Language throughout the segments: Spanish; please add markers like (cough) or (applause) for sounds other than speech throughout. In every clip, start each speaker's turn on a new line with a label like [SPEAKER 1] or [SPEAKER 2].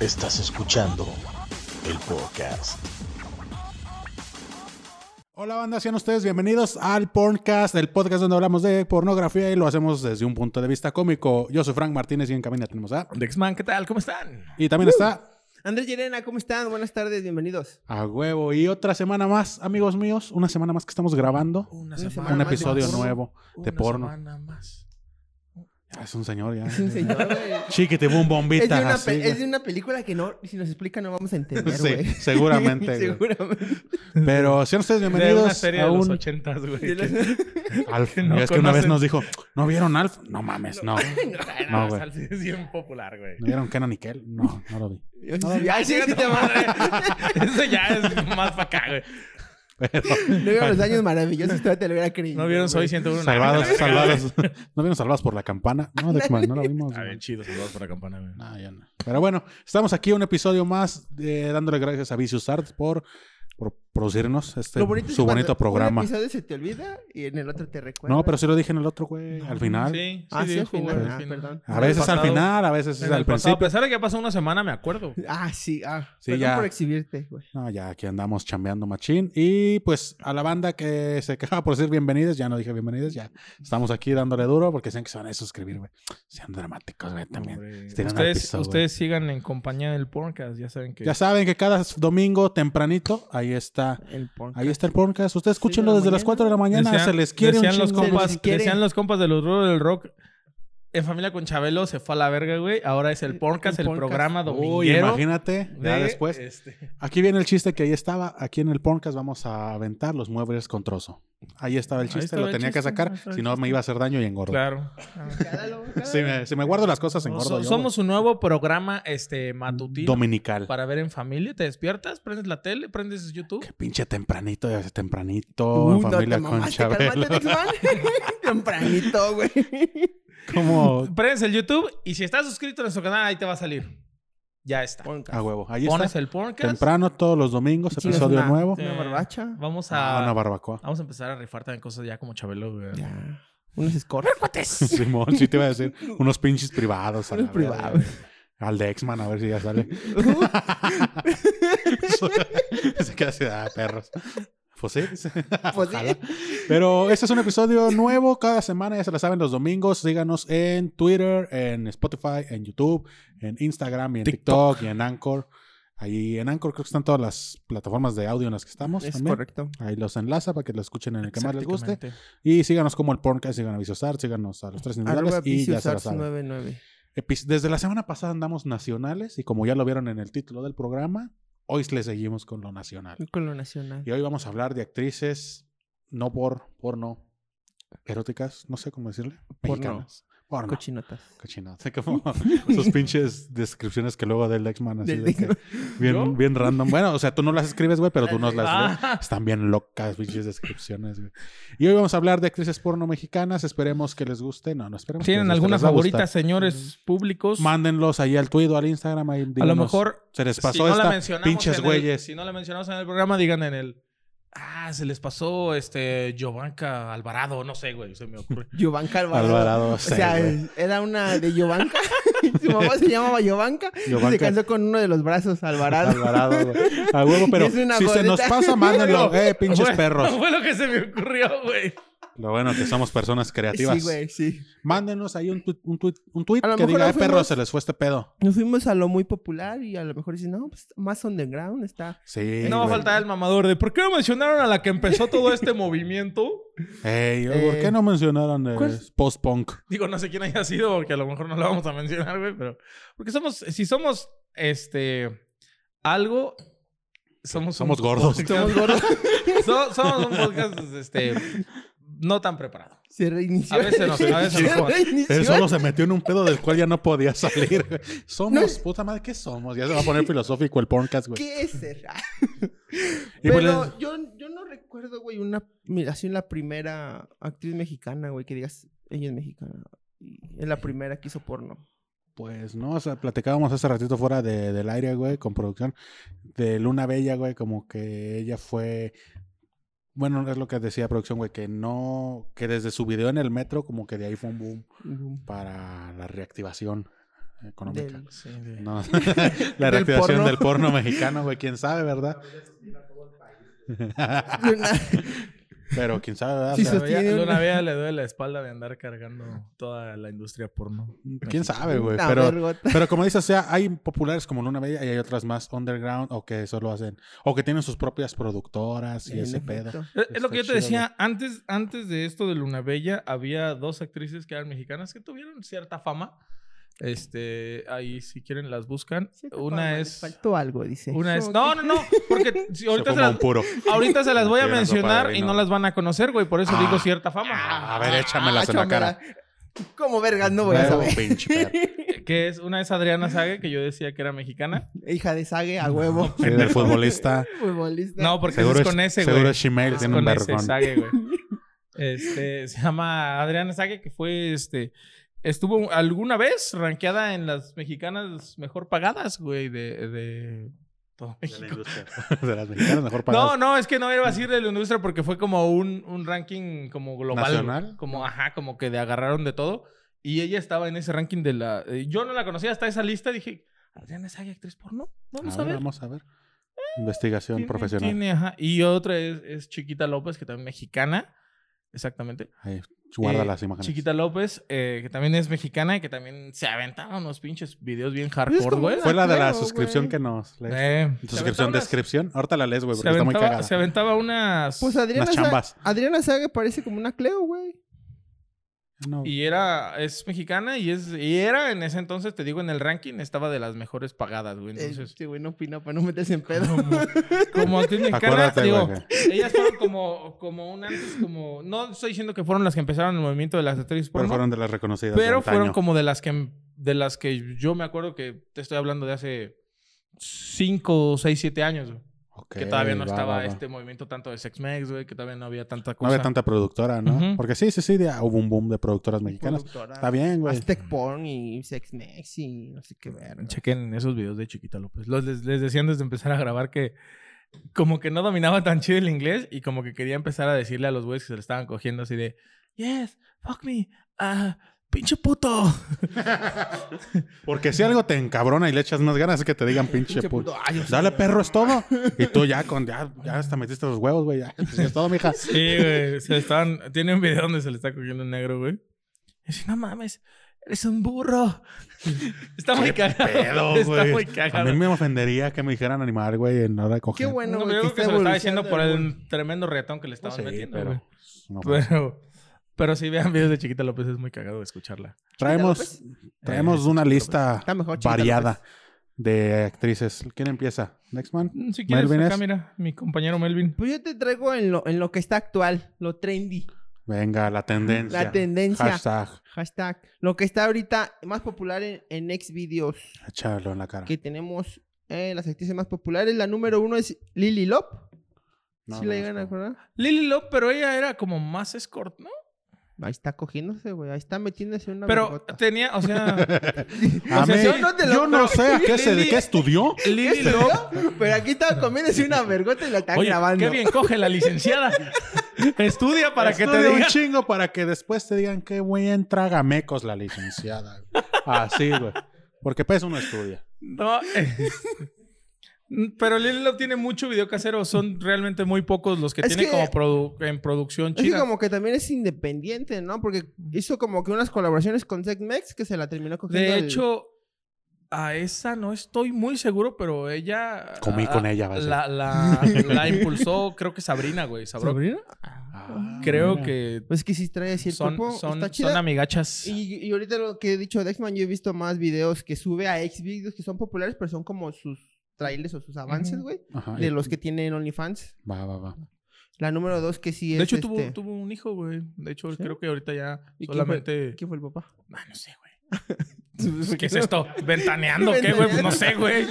[SPEAKER 1] Estás escuchando el podcast.
[SPEAKER 2] Hola banda, sean ustedes bienvenidos al Porncast, el podcast donde hablamos de pornografía y lo hacemos desde un punto de vista cómico. Yo soy Frank Martínez y en cabina tenemos a...
[SPEAKER 3] Dexman, ¿qué tal? ¿Cómo están?
[SPEAKER 2] Y también está
[SPEAKER 4] Andrés Llerena, ¿cómo están? Buenas tardes, bienvenidos.
[SPEAKER 2] a huevo. Y otra semana más, amigos míos, una semana más que estamos grabando.
[SPEAKER 3] Una
[SPEAKER 4] semana
[SPEAKER 2] Un
[SPEAKER 4] más de
[SPEAKER 2] episodio
[SPEAKER 4] porno.
[SPEAKER 2] nuevo de
[SPEAKER 3] Una
[SPEAKER 2] porno.
[SPEAKER 3] semana más.
[SPEAKER 2] Ah, Es un señor ya.
[SPEAKER 4] Es un señor, güey.
[SPEAKER 2] (laughs) Chiquete, boom,
[SPEAKER 4] Es de,
[SPEAKER 2] bombita.
[SPEAKER 4] una
[SPEAKER 2] así,
[SPEAKER 4] pe-
[SPEAKER 2] güey.
[SPEAKER 4] es de una película que no, si nos explica no vamos a entender,
[SPEAKER 2] Sí,
[SPEAKER 4] güey. (laughs)
[SPEAKER 2] seguramente, güey.
[SPEAKER 4] seguramente.
[SPEAKER 2] Pero sean ustedes
[SPEAKER 3] De una
[SPEAKER 2] bienvenidos
[SPEAKER 3] serie
[SPEAKER 2] a
[SPEAKER 3] de los
[SPEAKER 2] un...
[SPEAKER 3] ochentas, güey.
[SPEAKER 4] De (laughs) los-
[SPEAKER 3] que-
[SPEAKER 2] Alf.
[SPEAKER 3] que (laughs) no
[SPEAKER 2] Ya es que una vez
[SPEAKER 3] conocen.
[SPEAKER 2] nos dijo, ¿no vieron Alf? No mames,
[SPEAKER 4] (laughs)
[SPEAKER 2] no. No,
[SPEAKER 3] Ah,
[SPEAKER 2] güey.
[SPEAKER 3] Salsi Es bien popular, güey.
[SPEAKER 2] ¿No vieron Kenan y Kel? No, no lo vi. (laughs)
[SPEAKER 4] Ay, sí, sí, te madre.
[SPEAKER 3] (laughs) Eso ya es más para acá, güey.
[SPEAKER 2] Pero-
[SPEAKER 4] No vieron los años maravillosos, todavía te lo hubiera creído.
[SPEAKER 3] No vieron Soy
[SPEAKER 4] güey.
[SPEAKER 3] 101.
[SPEAKER 2] Salvados,
[SPEAKER 3] Nada,
[SPEAKER 2] salvados. (laughs) ¿No vieron salvados por la campana? No,
[SPEAKER 4] (laughs)
[SPEAKER 2] Dexman, no lo vimos.
[SPEAKER 3] Está
[SPEAKER 2] güey.
[SPEAKER 3] Ah, bien chido, salvados por la campana, güey.
[SPEAKER 2] No, ya no. Pero bueno, estamos aquí un episodio más eh, dándole gracias a Vicious Arts por, por producirnos este,
[SPEAKER 4] Lo bonito es
[SPEAKER 2] su
[SPEAKER 4] cuando
[SPEAKER 2] bonito programa.
[SPEAKER 4] Un episodio se te olvida y en el otro te recuerda.
[SPEAKER 2] No, pero sí lo dije en el otro, güey, al final.
[SPEAKER 3] Sí, sí,
[SPEAKER 4] Ah, sí, al
[SPEAKER 3] dijo, güey,
[SPEAKER 4] final.
[SPEAKER 3] al
[SPEAKER 4] Ah,
[SPEAKER 3] final.
[SPEAKER 4] perdón.
[SPEAKER 2] A veces
[SPEAKER 3] En el
[SPEAKER 2] al
[SPEAKER 3] pasado-
[SPEAKER 2] final, a veces
[SPEAKER 3] en
[SPEAKER 2] es
[SPEAKER 3] el
[SPEAKER 2] al
[SPEAKER 3] pasado,
[SPEAKER 2] principio.
[SPEAKER 3] A pesar de que pasó una semana, me acuerdo.
[SPEAKER 4] Ah, sí, ah.
[SPEAKER 2] Sí,
[SPEAKER 4] Perdón
[SPEAKER 2] ya.
[SPEAKER 4] por exhibirte, güey.
[SPEAKER 2] No, ya aquí andamos chambeando machín. Y pues a la banda que se quejaba por decir bienvenidos, ya no dije bienvenidos, ya estamos aquí dándole duro porque sean que se van a suscribir, güey. Sean dramáticos, güey, también.
[SPEAKER 3] Hombre,
[SPEAKER 2] Estiran al
[SPEAKER 3] Ustedes,
[SPEAKER 2] piso, güey.
[SPEAKER 3] ustedes sigan en compañía del podcast, ya saben que...
[SPEAKER 2] Ya saben que cada domingo tempranito, ahí está
[SPEAKER 4] El porn.
[SPEAKER 2] Ahí está el podcast. Ustedes escúchenlo
[SPEAKER 4] de la
[SPEAKER 2] desde las
[SPEAKER 4] mañana.
[SPEAKER 2] 4 de la mañana.
[SPEAKER 3] Decían-
[SPEAKER 2] se les quiere un
[SPEAKER 3] decían los
[SPEAKER 2] chingo.
[SPEAKER 4] Se les
[SPEAKER 3] compas,
[SPEAKER 4] quiere.
[SPEAKER 3] Decían los compas de los rudos del rock. En familia con Chabelo se fue a la verga, güey. Ahora es el
[SPEAKER 4] El
[SPEAKER 3] podcast, el,
[SPEAKER 4] podcast.
[SPEAKER 3] programa
[SPEAKER 2] Uy,
[SPEAKER 3] dominguero.
[SPEAKER 2] imagínate. Ya
[SPEAKER 3] de,
[SPEAKER 2] después.
[SPEAKER 3] este,
[SPEAKER 2] Aquí viene el chiste que ahí estaba. Aquí en el podcast vamos a aventar los muebles con trozo. Ahí estaba el
[SPEAKER 3] Ahí
[SPEAKER 2] chiste,
[SPEAKER 3] estaba
[SPEAKER 2] lo
[SPEAKER 3] el
[SPEAKER 2] tenía que
[SPEAKER 3] chiste,
[SPEAKER 2] sacar.
[SPEAKER 3] ahí estaba el
[SPEAKER 2] Si no, me iba a hacer daño y engordo.
[SPEAKER 3] claro.
[SPEAKER 4] Cálalo, cálalo.
[SPEAKER 2] Si, me, si me guardo las cosas,
[SPEAKER 3] No,
[SPEAKER 2] engordo.
[SPEAKER 3] so-
[SPEAKER 2] yo,
[SPEAKER 3] somos un nuevo programa este,
[SPEAKER 2] güey.
[SPEAKER 3] matutino
[SPEAKER 2] Dominical.
[SPEAKER 3] para ver en familia. Te despiertas, prendes la tele, prendes YouTube.
[SPEAKER 2] Qué pinche tempranito, ya hace tempranito,
[SPEAKER 4] Uh,
[SPEAKER 2] en
[SPEAKER 4] no,
[SPEAKER 2] familia
[SPEAKER 4] te
[SPEAKER 2] con
[SPEAKER 4] mamaste,
[SPEAKER 2] Chabelo. (laughs)
[SPEAKER 4] cálmate, Dexman. Tempranito, güey.
[SPEAKER 2] Como
[SPEAKER 3] Prendes el YouTube y si estás suscrito a nuestro canal, ahí te va a salir. Ya está.
[SPEAKER 4] Porncast.
[SPEAKER 2] a huevo. Ahí
[SPEAKER 3] Pones
[SPEAKER 2] está.
[SPEAKER 3] el podcast.
[SPEAKER 2] Temprano, todos los domingos,
[SPEAKER 4] Chingas
[SPEAKER 2] episodio
[SPEAKER 4] una-
[SPEAKER 2] nuevo.
[SPEAKER 4] Una
[SPEAKER 3] Eh,
[SPEAKER 4] barbacha.
[SPEAKER 3] Vamos a...
[SPEAKER 2] Ah, una barbacoa.
[SPEAKER 3] Vamos a empezar a rifar también cosas ya como Chabelo, güey.
[SPEAKER 4] Ya. Unos scores.
[SPEAKER 2] (laughs) (laughs) Simón, sí te iba a decir. Unos pinches privados. a la
[SPEAKER 4] Unos
[SPEAKER 2] verga,
[SPEAKER 4] privados.
[SPEAKER 2] güey. Al de X-Man, a ver si ya
[SPEAKER 4] (laughs)
[SPEAKER 2] sale. (laughs)
[SPEAKER 4] Uh.
[SPEAKER 2] Se queda así, ah, perros. Pues sí.
[SPEAKER 4] Pues sí.
[SPEAKER 2] Ojalá. Pero este es un episodio nuevo cada semana, ya se la saben, los domingos. Síganos en Twitter, en Spotify, en YouTube, en Instagram, y en TikTok, y en Anchor. Ahí en Anchor creo que están todas las plataformas de audio en las que estamos.
[SPEAKER 4] Es
[SPEAKER 2] también.
[SPEAKER 4] correcto.
[SPEAKER 2] Ahí los enlaza para que lo escuchen en el que más les guste.
[SPEAKER 3] Exactamente.
[SPEAKER 2] Y síganos como el Porncast, síganos a Viciosar, síganos a los tres
[SPEAKER 4] Arroba
[SPEAKER 2] individuales y ya
[SPEAKER 4] Vicious
[SPEAKER 2] se la
[SPEAKER 4] Arts
[SPEAKER 2] saben.
[SPEAKER 4] 99.
[SPEAKER 2] Epi- Desde la semana pasada andamos nacionales y como ya lo vieron en el título del programa, hoy le seguimos con lo nacional.
[SPEAKER 4] Con lo nacional.
[SPEAKER 2] Y hoy vamos a hablar de actrices no por porno eróticas, no sé cómo decirle,
[SPEAKER 4] Porno.
[SPEAKER 2] mexicanas. Porno.
[SPEAKER 4] Cochinotas.
[SPEAKER 2] (laughs) Cochino. Sé
[SPEAKER 3] (laughs)
[SPEAKER 2] como
[SPEAKER 4] (laughs)
[SPEAKER 2] sus pinches descripciones que luego del X-Man así
[SPEAKER 4] Del
[SPEAKER 3] (laughs)
[SPEAKER 2] de que
[SPEAKER 4] (laughs)
[SPEAKER 2] bien,
[SPEAKER 3] ¿Yo?
[SPEAKER 2] bien random. Bueno, o sea, tú no las escribes, güey, pero tú nos las lees.
[SPEAKER 3] Ah,
[SPEAKER 2] Están bien locas, pinches descripciones, güey. Y hoy vamos a hablar de actrices porno mexicanas. Esperemos que les guste. No, no esperemos. que Pues les
[SPEAKER 3] ¿Tienen
[SPEAKER 2] guste,
[SPEAKER 3] alguna
[SPEAKER 2] les va a
[SPEAKER 3] favorita,
[SPEAKER 2] gustar.
[SPEAKER 3] señores públicos?
[SPEAKER 2] Mándenlos ahí al Twitter, al Instagram. Ahí,
[SPEAKER 3] Pues, a lo
[SPEAKER 2] díganos,
[SPEAKER 3] mejor pues,
[SPEAKER 2] se les pasó
[SPEAKER 3] si no la
[SPEAKER 2] esta
[SPEAKER 3] mencionamos en
[SPEAKER 2] pinches
[SPEAKER 3] el-
[SPEAKER 2] güeyes.
[SPEAKER 3] si no la mencionamos en el programa, digan en el Ah, se les pasó este Giovanca Alvarado, no sé, güey, se me ocurre.
[SPEAKER 4] Giovanca Alvarado.
[SPEAKER 2] Alvarado,
[SPEAKER 4] O sea, era una de (laughs) Giovanca. Su mamá se llamaba Giovanca. y
[SPEAKER 2] Giovanca.
[SPEAKER 4] Se casó con uno de los brazos
[SPEAKER 2] (laughs)
[SPEAKER 4] Alvarado.
[SPEAKER 2] Alvarado, güey. A huevo, pero
[SPEAKER 4] Es una
[SPEAKER 2] si se nos
[SPEAKER 4] boleta.
[SPEAKER 2] pasa, mándenlo. Eh, (laughs) pinches
[SPEAKER 3] Fue-
[SPEAKER 2] perros.
[SPEAKER 3] (laughs) Fue lo que se me ocurrió, güey.
[SPEAKER 2] Lo bueno que somos personas creativas.
[SPEAKER 4] (laughs) Sí, güey, sí.
[SPEAKER 2] Mándenos ahí un tweet, un tweet, un tweet
[SPEAKER 4] A lo
[SPEAKER 2] que
[SPEAKER 4] mejor
[SPEAKER 2] diga, eh,
[SPEAKER 4] no fuimos-
[SPEAKER 2] perros, se les fue este pedo.
[SPEAKER 4] Nos fuimos a lo muy popular y a lo mejor dicen, no, pues más underground está.
[SPEAKER 2] Sí.
[SPEAKER 3] no va a
[SPEAKER 2] güey.
[SPEAKER 3] faltar el mamador de ¿por qué no mencionaron a la que empezó
[SPEAKER 2] (laughs)
[SPEAKER 3] todo este movimiento?
[SPEAKER 2] Ey, oh, ¿por
[SPEAKER 4] Eh,
[SPEAKER 2] qué no mencionaron eh,
[SPEAKER 4] ¿cuál?
[SPEAKER 2] post-punk?
[SPEAKER 3] Digo, no sé quién haya sido, porque a lo mejor no lo vamos a mencionar, güey, pero. Porque somos, si somos este algo, somos.
[SPEAKER 2] Somos
[SPEAKER 3] un
[SPEAKER 2] gordos.
[SPEAKER 3] podcast-
[SPEAKER 4] Somos gordos.
[SPEAKER 3] (laughs) So- somos un podcast este, no tan preparado.
[SPEAKER 4] Se reinició.
[SPEAKER 3] A veces no, a veces
[SPEAKER 4] (laughs) Se
[SPEAKER 3] no.
[SPEAKER 4] reinició.
[SPEAKER 2] Él solo se metió en un pedo del cual ya no podía salir. (laughs) güey. Somos,
[SPEAKER 4] No.
[SPEAKER 2] puta madre, ¿qué somos? Ya se va a
[SPEAKER 4] (laughs)
[SPEAKER 2] poner filosófico el podcast, güey.
[SPEAKER 4] ¿Qué será?
[SPEAKER 2] (laughs) Y pues
[SPEAKER 4] Pero
[SPEAKER 2] les-
[SPEAKER 4] yo, yo no recuerdo, güey, una. Mira, así la primera actriz mexicana, güey, que digas, ella es mexicana. Y Es la primera que hizo porno.
[SPEAKER 2] Pues no, o sea, platicábamos hace ratito fuera de- del aire, güey, con producción, de Luna Bella, güey, como que ella fue, bueno, es lo que decía producción, güey, que no, que desde su video en el metro, como que de ahí fue un boom para la reactivación económica.
[SPEAKER 4] Del-
[SPEAKER 3] Sí, de-
[SPEAKER 4] (laughs)
[SPEAKER 2] No. (laughs) La reactivación
[SPEAKER 4] porno.
[SPEAKER 2] del porno mexicano, güey. ¿Quién sabe, verdad? (laughs) Pero quién sabe, ¿verdad? O
[SPEAKER 4] Sí,
[SPEAKER 2] sea,
[SPEAKER 4] se-
[SPEAKER 3] Luna Bella-
[SPEAKER 4] tiene una-
[SPEAKER 3] Luna Bella le duele la espalda de andar cargando toda la industria porno.
[SPEAKER 2] quién sabe, güey.
[SPEAKER 4] Una
[SPEAKER 2] Pero
[SPEAKER 4] vergota.
[SPEAKER 2] Pero como dices, o sea, hay populares como Luna Bella y hay otras más underground o que solo hacen, o que tienen sus propias productoras y
[SPEAKER 4] En
[SPEAKER 2] ese
[SPEAKER 4] efecto.
[SPEAKER 2] pedo.
[SPEAKER 3] Es, es
[SPEAKER 2] Está
[SPEAKER 3] lo que yo te
[SPEAKER 2] chido,
[SPEAKER 3] decía, antes, antes de esto de Luna Bella, había dos actrices que eran mexicanas que tuvieron cierta fama. Este, ahí si quieren las buscan.
[SPEAKER 4] Cierta forma,
[SPEAKER 3] Una
[SPEAKER 4] le
[SPEAKER 3] es...
[SPEAKER 4] Faltó algo, dice.
[SPEAKER 3] Una es...
[SPEAKER 4] Ok.
[SPEAKER 3] No, no, no, porque si ahorita
[SPEAKER 2] se
[SPEAKER 3] se
[SPEAKER 2] fuma
[SPEAKER 3] las,
[SPEAKER 2] un puro.
[SPEAKER 3] ahorita se las voy a
[SPEAKER 2] Tiene sopa de
[SPEAKER 3] mencionar y
[SPEAKER 2] vino.
[SPEAKER 3] no las van a conocer, güey. Por eso
[SPEAKER 2] Ah.
[SPEAKER 3] digo cierta fama.
[SPEAKER 2] A ver, échamelas en la
[SPEAKER 4] Chómela.
[SPEAKER 2] cara.
[SPEAKER 4] ¿Cómo vergas? No voy a
[SPEAKER 2] Huevo,
[SPEAKER 4] saber.
[SPEAKER 2] pinche perro.
[SPEAKER 4] (laughs)
[SPEAKER 3] Que es... Una es Adriana Sague, que yo decía que era mexicana.
[SPEAKER 4] Hija de Sague, a huevo. (laughs)
[SPEAKER 2] Sí, del futbolista.
[SPEAKER 4] Futbolista.
[SPEAKER 3] No, porque
[SPEAKER 2] Seguro
[SPEAKER 3] es
[SPEAKER 2] es,
[SPEAKER 3] con ese, güey.
[SPEAKER 2] seguro es Shimel,
[SPEAKER 3] Es
[SPEAKER 2] tiene un
[SPEAKER 3] con ese,
[SPEAKER 2] vergón. (laughs)
[SPEAKER 3] Sage, güey. Este, se llama Adriana Sague, que fue, este, estuvo alguna vez rankeada en las mexicanas mejor pagadas, güey, de, de todo México.
[SPEAKER 2] (laughs) De las mexicanas mejor pagadas.
[SPEAKER 3] No, no, es que no iba a decir de la industria porque fue como un, un ranking como global. güey.
[SPEAKER 2] ¿Nacional?
[SPEAKER 3] Como, ajá, como que de agarraron de todo. Y ella estaba en ese ranking de la... eh, Yo no la conocía hasta esa lista. Dije, Adriana Sague, actriz porno. Vamos a ver.
[SPEAKER 2] Vamos a ver. Investigación
[SPEAKER 3] Tiene-
[SPEAKER 2] Ah, profesional.
[SPEAKER 3] tiene, ajá. Y otra es, es Chiquita López, que también mexicana. Exactamente.
[SPEAKER 2] Ahí, guarda
[SPEAKER 3] Eh,
[SPEAKER 2] las imágenes.
[SPEAKER 3] Chiquita López, eh, que también es mexicana y que también se aventaba unos pinches videos bien
[SPEAKER 4] Es
[SPEAKER 3] hardcore,
[SPEAKER 4] como
[SPEAKER 3] güey.
[SPEAKER 4] una-
[SPEAKER 2] Fue la de la
[SPEAKER 4] Claro,
[SPEAKER 2] suscripción
[SPEAKER 4] güey.
[SPEAKER 2] que nos lees.
[SPEAKER 3] Eh, se aventaba
[SPEAKER 2] Suscripción,
[SPEAKER 3] unas-
[SPEAKER 2] descripción. Ahorita la lees, güey,
[SPEAKER 3] Se
[SPEAKER 2] porque está muy
[SPEAKER 3] aventaba, se
[SPEAKER 2] cagada.
[SPEAKER 3] aventaba unas.
[SPEAKER 4] Pues Adriana,
[SPEAKER 2] Unas
[SPEAKER 4] Sa-
[SPEAKER 2] chambas.
[SPEAKER 4] Adriana Sague parece como una Cleo, güey.
[SPEAKER 2] No.
[SPEAKER 3] y era, es mexicana y es, y era en ese entonces, te digo, en el ranking estaba de las mejores pagadas, güey. Entonces,
[SPEAKER 4] Este güey no opina para no meterse en pedo. (laughs)
[SPEAKER 3] como, como actriz mexicana,
[SPEAKER 2] Acuérdate,
[SPEAKER 3] digo,
[SPEAKER 2] güey. que-
[SPEAKER 3] ellas fueron como, como un antes, como, no estoy diciendo que fueron las que empezaron el movimiento de las actrices
[SPEAKER 2] Pero
[SPEAKER 3] porno,
[SPEAKER 2] fueron de las reconocidas. de
[SPEAKER 3] Pero fueron
[SPEAKER 2] antaño.
[SPEAKER 3] como de las que de las que yo me acuerdo que te estoy hablando de hace 5, 6, 7 años, güey.
[SPEAKER 2] Ok,
[SPEAKER 3] que todavía no
[SPEAKER 2] va,
[SPEAKER 3] estaba
[SPEAKER 2] va, va.
[SPEAKER 3] este movimiento tanto de Sex Mex, güey, que todavía no había tanta
[SPEAKER 2] No
[SPEAKER 3] cosa.
[SPEAKER 2] había tanta productora, ¿no?
[SPEAKER 3] Ujú.
[SPEAKER 2] Porque sí, sí, sí, de- ah, hubo un boom de productoras mexicanas.
[SPEAKER 4] Productora.
[SPEAKER 2] Está bien, güey.
[SPEAKER 4] Aztec Porn y Sex Mex y no sé qué ver.
[SPEAKER 3] Chequen esos videos de Chiquita López. Los, les, les decían desde empezar a grabar que como que no dominaba tan chido el inglés y como que quería empezar a decirle a los güeyes que se le estaban cogiendo así de Yes, fuck me, ah, pinche puto.
[SPEAKER 2] Porque si algo te encabrona y le echas más ganas es que te
[SPEAKER 3] (laughs)
[SPEAKER 2] digan pinche puto. pues,
[SPEAKER 4] Ay, yo-
[SPEAKER 2] Dale, perro, es todo. Y tú ya con ya, ya hasta metiste los huevos, güey. Ya, pues,
[SPEAKER 3] (laughs)
[SPEAKER 2] es todo, mija.
[SPEAKER 3] Sí, güey. Se le estaban. Tiene un video donde se le está cogiendo un negro, güey. Y dice, no mames, eres un burro. (laughs) está muy
[SPEAKER 2] Qué
[SPEAKER 3] cagado.
[SPEAKER 2] pedo,
[SPEAKER 3] (laughs) está
[SPEAKER 2] güey.
[SPEAKER 3] muy
[SPEAKER 2] A
[SPEAKER 3] cagado.
[SPEAKER 2] mí me ofendería que me dijeran animar, güey, en hora de
[SPEAKER 4] (laughs) Qué
[SPEAKER 2] coger.
[SPEAKER 4] bueno,
[SPEAKER 3] No,
[SPEAKER 4] güey.
[SPEAKER 3] yo creo
[SPEAKER 4] está
[SPEAKER 3] que se lo estaba
[SPEAKER 4] evolucionando
[SPEAKER 3] diciendo por
[SPEAKER 4] el mundo.
[SPEAKER 3] el tremendo reatón que le
[SPEAKER 2] No
[SPEAKER 3] estaban
[SPEAKER 2] sé,
[SPEAKER 3] metiendo,
[SPEAKER 2] Pues pero-
[SPEAKER 3] güey.
[SPEAKER 2] No, pues.
[SPEAKER 3] Pero, pero sí, vean videos de Chiquita López, es muy cagado escucharla.
[SPEAKER 2] traemos
[SPEAKER 4] pues,
[SPEAKER 2] traemos una lista
[SPEAKER 4] Está mejor Chiquita
[SPEAKER 2] variada de actrices. ¿Quién empieza? Next man.
[SPEAKER 3] Mm, Si quieres,
[SPEAKER 2] Melvin
[SPEAKER 3] acá,
[SPEAKER 2] es-
[SPEAKER 3] mira, mi compañero Melvin.
[SPEAKER 4] Pues yo te traigo en lo, en lo que está actual, lo trendy,
[SPEAKER 2] Venga, la tendencia.
[SPEAKER 4] la tendencia,
[SPEAKER 2] Hashtag.
[SPEAKER 4] hashtag, lo que está ahorita más popular en, en ex videos
[SPEAKER 2] Echarlo en la cara.
[SPEAKER 4] que tenemos eh, las actrices más populares. La número uno es Lily Lop.
[SPEAKER 2] No,
[SPEAKER 4] ¿Sí
[SPEAKER 2] no,
[SPEAKER 4] la llegan a
[SPEAKER 2] no.
[SPEAKER 4] acordar?
[SPEAKER 3] Lily Love, pero ella era como más escort, ¿no?
[SPEAKER 4] Ahí está cogiéndose, güey. Ahí está metiéndose una
[SPEAKER 3] Pero
[SPEAKER 4] vergota.
[SPEAKER 3] tenía, o sea.
[SPEAKER 4] (laughs)
[SPEAKER 2] A
[SPEAKER 3] O sea,
[SPEAKER 2] mí-
[SPEAKER 3] yo
[SPEAKER 4] no te lo-
[SPEAKER 2] yo no
[SPEAKER 4] pero-
[SPEAKER 2] sé a qué se de
[SPEAKER 3] Lili-
[SPEAKER 2] qué estudió.
[SPEAKER 3] Lily
[SPEAKER 4] ¿Esto,
[SPEAKER 3] Love.
[SPEAKER 4] no? Pero aquí está comiéndose una vergota y la están
[SPEAKER 3] Oye,
[SPEAKER 4] grabando.
[SPEAKER 3] qué bien coge la
[SPEAKER 4] (laughs)
[SPEAKER 3] licenciada. Estudia para que te
[SPEAKER 2] Estudia un
[SPEAKER 3] diga.
[SPEAKER 2] chingo para que después te digan qué buen tragamecos la licenciada. güey. Así, güey. Porque pues uno estudia.
[SPEAKER 3] No. eh, Pero Lil Love tiene mucho video casero. Son realmente muy pocos los que
[SPEAKER 4] Es
[SPEAKER 3] tiene
[SPEAKER 4] que-
[SPEAKER 3] como produ- en producción
[SPEAKER 4] Es que
[SPEAKER 3] chida.
[SPEAKER 4] como que también es independiente, ¿no? Porque hizo como que unas colaboraciones con Mex que se la terminó cogiendo.
[SPEAKER 3] De
[SPEAKER 4] el-
[SPEAKER 3] hecho, a esa no estoy muy seguro, pero ella.
[SPEAKER 2] Comí
[SPEAKER 3] a-
[SPEAKER 2] con ella, va a
[SPEAKER 3] La, la,
[SPEAKER 2] (laughs)
[SPEAKER 3] la impulsó, creo que Sabrina, güey. Sabro-
[SPEAKER 2] Ah,
[SPEAKER 3] Creo que
[SPEAKER 4] Pues que sí trae así el
[SPEAKER 3] son,
[SPEAKER 4] cuerpo.
[SPEAKER 3] son,
[SPEAKER 4] está
[SPEAKER 3] son
[SPEAKER 4] chida.
[SPEAKER 3] amigachas.
[SPEAKER 4] Y, y ahorita lo que he dicho de X-Man, yo he visto más videos que sube a X-Videos que son populares, pero son como sus trailers o sus avances,
[SPEAKER 3] Ujú.
[SPEAKER 4] güey.
[SPEAKER 2] Ajá,
[SPEAKER 4] De
[SPEAKER 2] y-
[SPEAKER 4] los que tienen OnlyFans.
[SPEAKER 2] Va, va, va.
[SPEAKER 4] La número dos que sí es.
[SPEAKER 3] De hecho,
[SPEAKER 4] este-
[SPEAKER 3] tuvo, tuvo un hijo, güey. De hecho,
[SPEAKER 4] ¿Sí?
[SPEAKER 3] creo que ahorita ya
[SPEAKER 4] ¿Y quién fue?
[SPEAKER 3] solamente.
[SPEAKER 4] ¿Quién fue el papá?
[SPEAKER 3] Ah, no sé, güey. ¿Qué es esto? ¿Ventaneando qué, güey? Pues No sé, güey.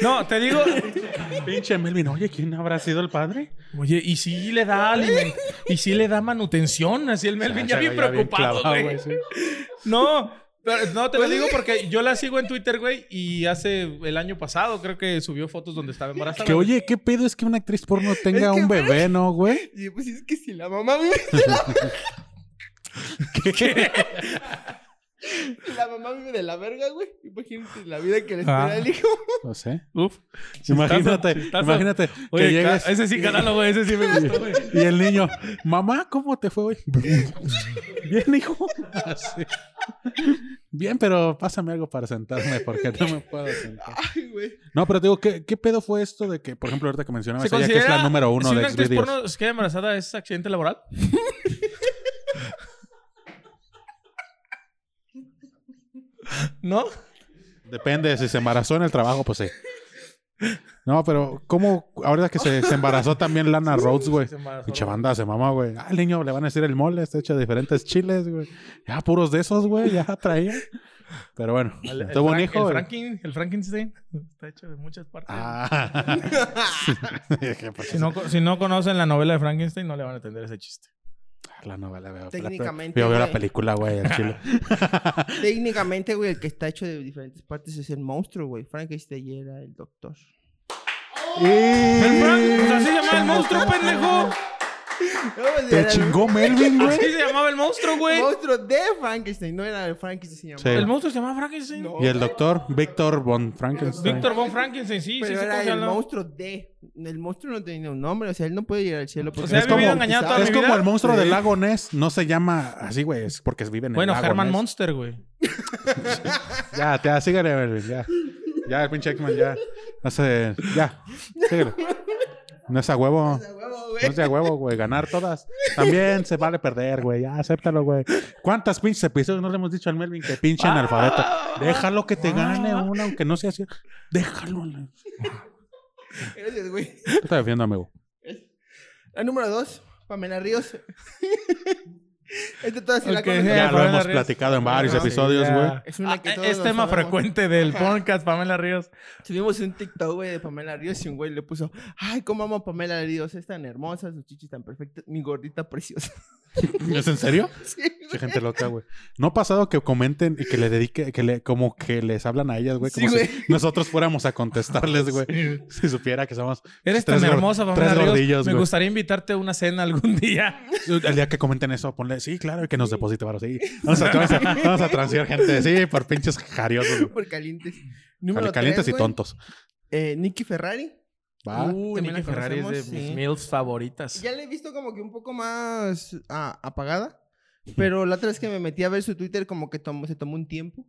[SPEAKER 3] No, te digo.
[SPEAKER 2] Pinche Melvin, oye, ¿quién habrá sido el padre?
[SPEAKER 3] Oye, y si le da aliment- y si le da manutención, así el Melvin ya bien preocupado, güey. No, pero no, te lo digo porque yo la sigo en Twitter, güey, y hace el año pasado creo que subió fotos donde estaba embarazada.
[SPEAKER 2] Que oye, ¿qué pedo es que una actriz porno tenga
[SPEAKER 4] que,
[SPEAKER 2] un
[SPEAKER 4] güey.
[SPEAKER 2] bebé, no,
[SPEAKER 4] (laughs)
[SPEAKER 2] güey?
[SPEAKER 4] Y pues es que si la mamá vive. La mamá vive de la verga, güey. Imagínate la vida que le espera
[SPEAKER 3] Ah.
[SPEAKER 4] al hijo. (laughs)
[SPEAKER 2] No sé.
[SPEAKER 3] Uf.
[SPEAKER 2] imagínate,
[SPEAKER 3] chistazo.
[SPEAKER 2] imagínate
[SPEAKER 3] Oye,
[SPEAKER 2] que llegues
[SPEAKER 3] ca- ese sí, canalo, güey. Ese sí me gustó, güey.
[SPEAKER 2] y el niño, mamá, ¿cómo te fue hoy? Bien, hijo. Así. Bien, pero pásame algo para sentarme porque no me puedo sentar.
[SPEAKER 4] Ay, güey.
[SPEAKER 2] No, pero te digo, ¿qué, qué pedo fue esto de que, por ejemplo, ahorita que mencionabas
[SPEAKER 3] ¿Se
[SPEAKER 2] ella que es la
[SPEAKER 3] considera-
[SPEAKER 2] número uno
[SPEAKER 3] si
[SPEAKER 2] de
[SPEAKER 3] una actriz
[SPEAKER 2] Xvideos?
[SPEAKER 3] porno se queda embarazada es accidente
[SPEAKER 2] (laughs)
[SPEAKER 3] laboral? ¿No?
[SPEAKER 2] Depende, si se embarazó en el trabajo, pues sí. No, pero ¿cómo? Ahorita que se, se embarazó también Lana Rhodes, Pues, güey.
[SPEAKER 3] Se embarazó.
[SPEAKER 2] Pinche banda se mamá, güey. Ah, el niño le van a decir el mole, está hecho de diferentes chiles, güey. Ya puros de esos, güey, ya traía. Pero bueno,
[SPEAKER 3] El- el
[SPEAKER 2] tuvo un
[SPEAKER 3] Frank-
[SPEAKER 2] hijo.
[SPEAKER 3] El,
[SPEAKER 2] güey.
[SPEAKER 3] Franken- el Frankenstein está hecho de muchas partes.
[SPEAKER 2] Ah.
[SPEAKER 3] (laughs)
[SPEAKER 2] Dije, pues,
[SPEAKER 3] Si no, co- si no conocen la novela de Frankenstein, no le van a entender ese chiste.
[SPEAKER 2] La novela, veo.
[SPEAKER 4] Técnicamente,
[SPEAKER 2] Yo veo la
[SPEAKER 4] güey.
[SPEAKER 2] película, güey, el
[SPEAKER 4] (laughs)
[SPEAKER 2] chile.
[SPEAKER 4] Técnicamente, güey, el que está hecho de diferentes partes es el monstruo, güey. Frankenstein era el doctor.
[SPEAKER 3] ¡El Frank! pues así se llamaba el monstruo, pendejo.
[SPEAKER 2] Te chingó Melvin, güey.
[SPEAKER 3] Así se llamaba el monstruo, güey.
[SPEAKER 4] El pues, monstruo de Frankenstein, no era el Frankenstein, se
[SPEAKER 2] Sí.
[SPEAKER 4] llamaba.
[SPEAKER 3] El monstruo se llamaba Frankenstein.
[SPEAKER 4] No.
[SPEAKER 2] Y el doctor, Víctor von Frankenstein.
[SPEAKER 3] Víctor von Frankenstein, sí, sí,
[SPEAKER 4] Pero
[SPEAKER 3] sí,
[SPEAKER 4] era
[SPEAKER 3] ¿cómo se
[SPEAKER 4] el
[SPEAKER 3] llama?
[SPEAKER 4] monstruo de. El monstruo no tenía un nombre, o sea, él no puede llegar al cielo. Porque
[SPEAKER 3] sea,
[SPEAKER 4] es
[SPEAKER 3] he vivido engañado toda
[SPEAKER 2] Es
[SPEAKER 3] mi vida.
[SPEAKER 2] como el monstruo
[SPEAKER 4] Sí.
[SPEAKER 2] del lago Ness. No se llama así, güey. Es porque viven en
[SPEAKER 3] Bueno,
[SPEAKER 2] el lago
[SPEAKER 3] Herman
[SPEAKER 2] Ness.
[SPEAKER 3] Monster, güey.
[SPEAKER 2] Ya, ya, síguele, Melvin, ya. Ya, el pinche X-Men, ya. No sé, ya. Síguele. No es a huevo.
[SPEAKER 4] A huevo,
[SPEAKER 2] No
[SPEAKER 4] güey.
[SPEAKER 2] es de a huevo, güey. Ganar todas. También se vale perder, güey. Ya, acéptalo, güey. ¿Cuántas pinches episodios no le hemos dicho al Melvin que pinche analfabeto? Déjalo que te gane una, aunque no sea así. Déjalo. la-
[SPEAKER 4] Gracias, güey.
[SPEAKER 2] Yo te defiendo, amigo.
[SPEAKER 4] La número dos, Pamela Ríos. (laughs) Esta toda se la
[SPEAKER 3] Ok,
[SPEAKER 4] conocen.
[SPEAKER 2] Ya lo
[SPEAKER 3] Pamela
[SPEAKER 2] hemos
[SPEAKER 3] Ríos.
[SPEAKER 2] platicado en varios
[SPEAKER 4] Sí,
[SPEAKER 2] episodios,
[SPEAKER 3] Ah, ya.
[SPEAKER 2] güey.
[SPEAKER 4] Es una que
[SPEAKER 3] Ah,
[SPEAKER 4] todos
[SPEAKER 3] es
[SPEAKER 4] nos
[SPEAKER 3] tema
[SPEAKER 4] sabemos.
[SPEAKER 3] frecuente del podcast, Pamela Ríos.
[SPEAKER 4] Tuvimos un TikTok, güey, de Pamela Ríos y un güey le puso, ay, cómo amo a Pamela Ríos, es tan hermosa, sus chichis tan perfectas, mi gordita preciosa.
[SPEAKER 2] ¿Es en serio?
[SPEAKER 4] (laughs) Sí,
[SPEAKER 2] Qué gente loca, güey. ¿No ha pasado que comenten y que le dedique, que le, como que les hablan a ellas, güey?
[SPEAKER 4] Sí,
[SPEAKER 2] Como
[SPEAKER 4] güey.
[SPEAKER 2] si nosotros fuéramos a contestarles, güey. Si supiera que somos.
[SPEAKER 3] Eres
[SPEAKER 2] tres
[SPEAKER 3] tan
[SPEAKER 2] gor-
[SPEAKER 3] hermosa, Pamela
[SPEAKER 2] tres
[SPEAKER 3] Ríos.
[SPEAKER 2] gordillos,
[SPEAKER 3] Me
[SPEAKER 2] güey.
[SPEAKER 3] gustaría invitarte a una cena algún día.
[SPEAKER 2] El día que comenten eso, ponle, sí, claro, y que nos deposite varo, sí. Vamos a, (laughs) vamos a, vamos a transear gente, sí, por pinches jariosos, güey.
[SPEAKER 4] Por calientes. Número
[SPEAKER 2] calientes
[SPEAKER 4] tres,
[SPEAKER 2] y
[SPEAKER 4] güey,
[SPEAKER 2] tontos. Uh,
[SPEAKER 4] eh, Nicky Ferrari.
[SPEAKER 2] ¿Va?
[SPEAKER 3] (laughs) Uy,
[SPEAKER 4] También
[SPEAKER 3] Nicky
[SPEAKER 4] la
[SPEAKER 3] Ferrari es de
[SPEAKER 4] conocemos,
[SPEAKER 3] mis
[SPEAKER 4] sí.
[SPEAKER 3] meals favoritas.
[SPEAKER 4] Ya la he visto como que un poco más ah, apagada, pero la otra vez que me metí a ver su Twitter como que tomó- se tomó un tiempo.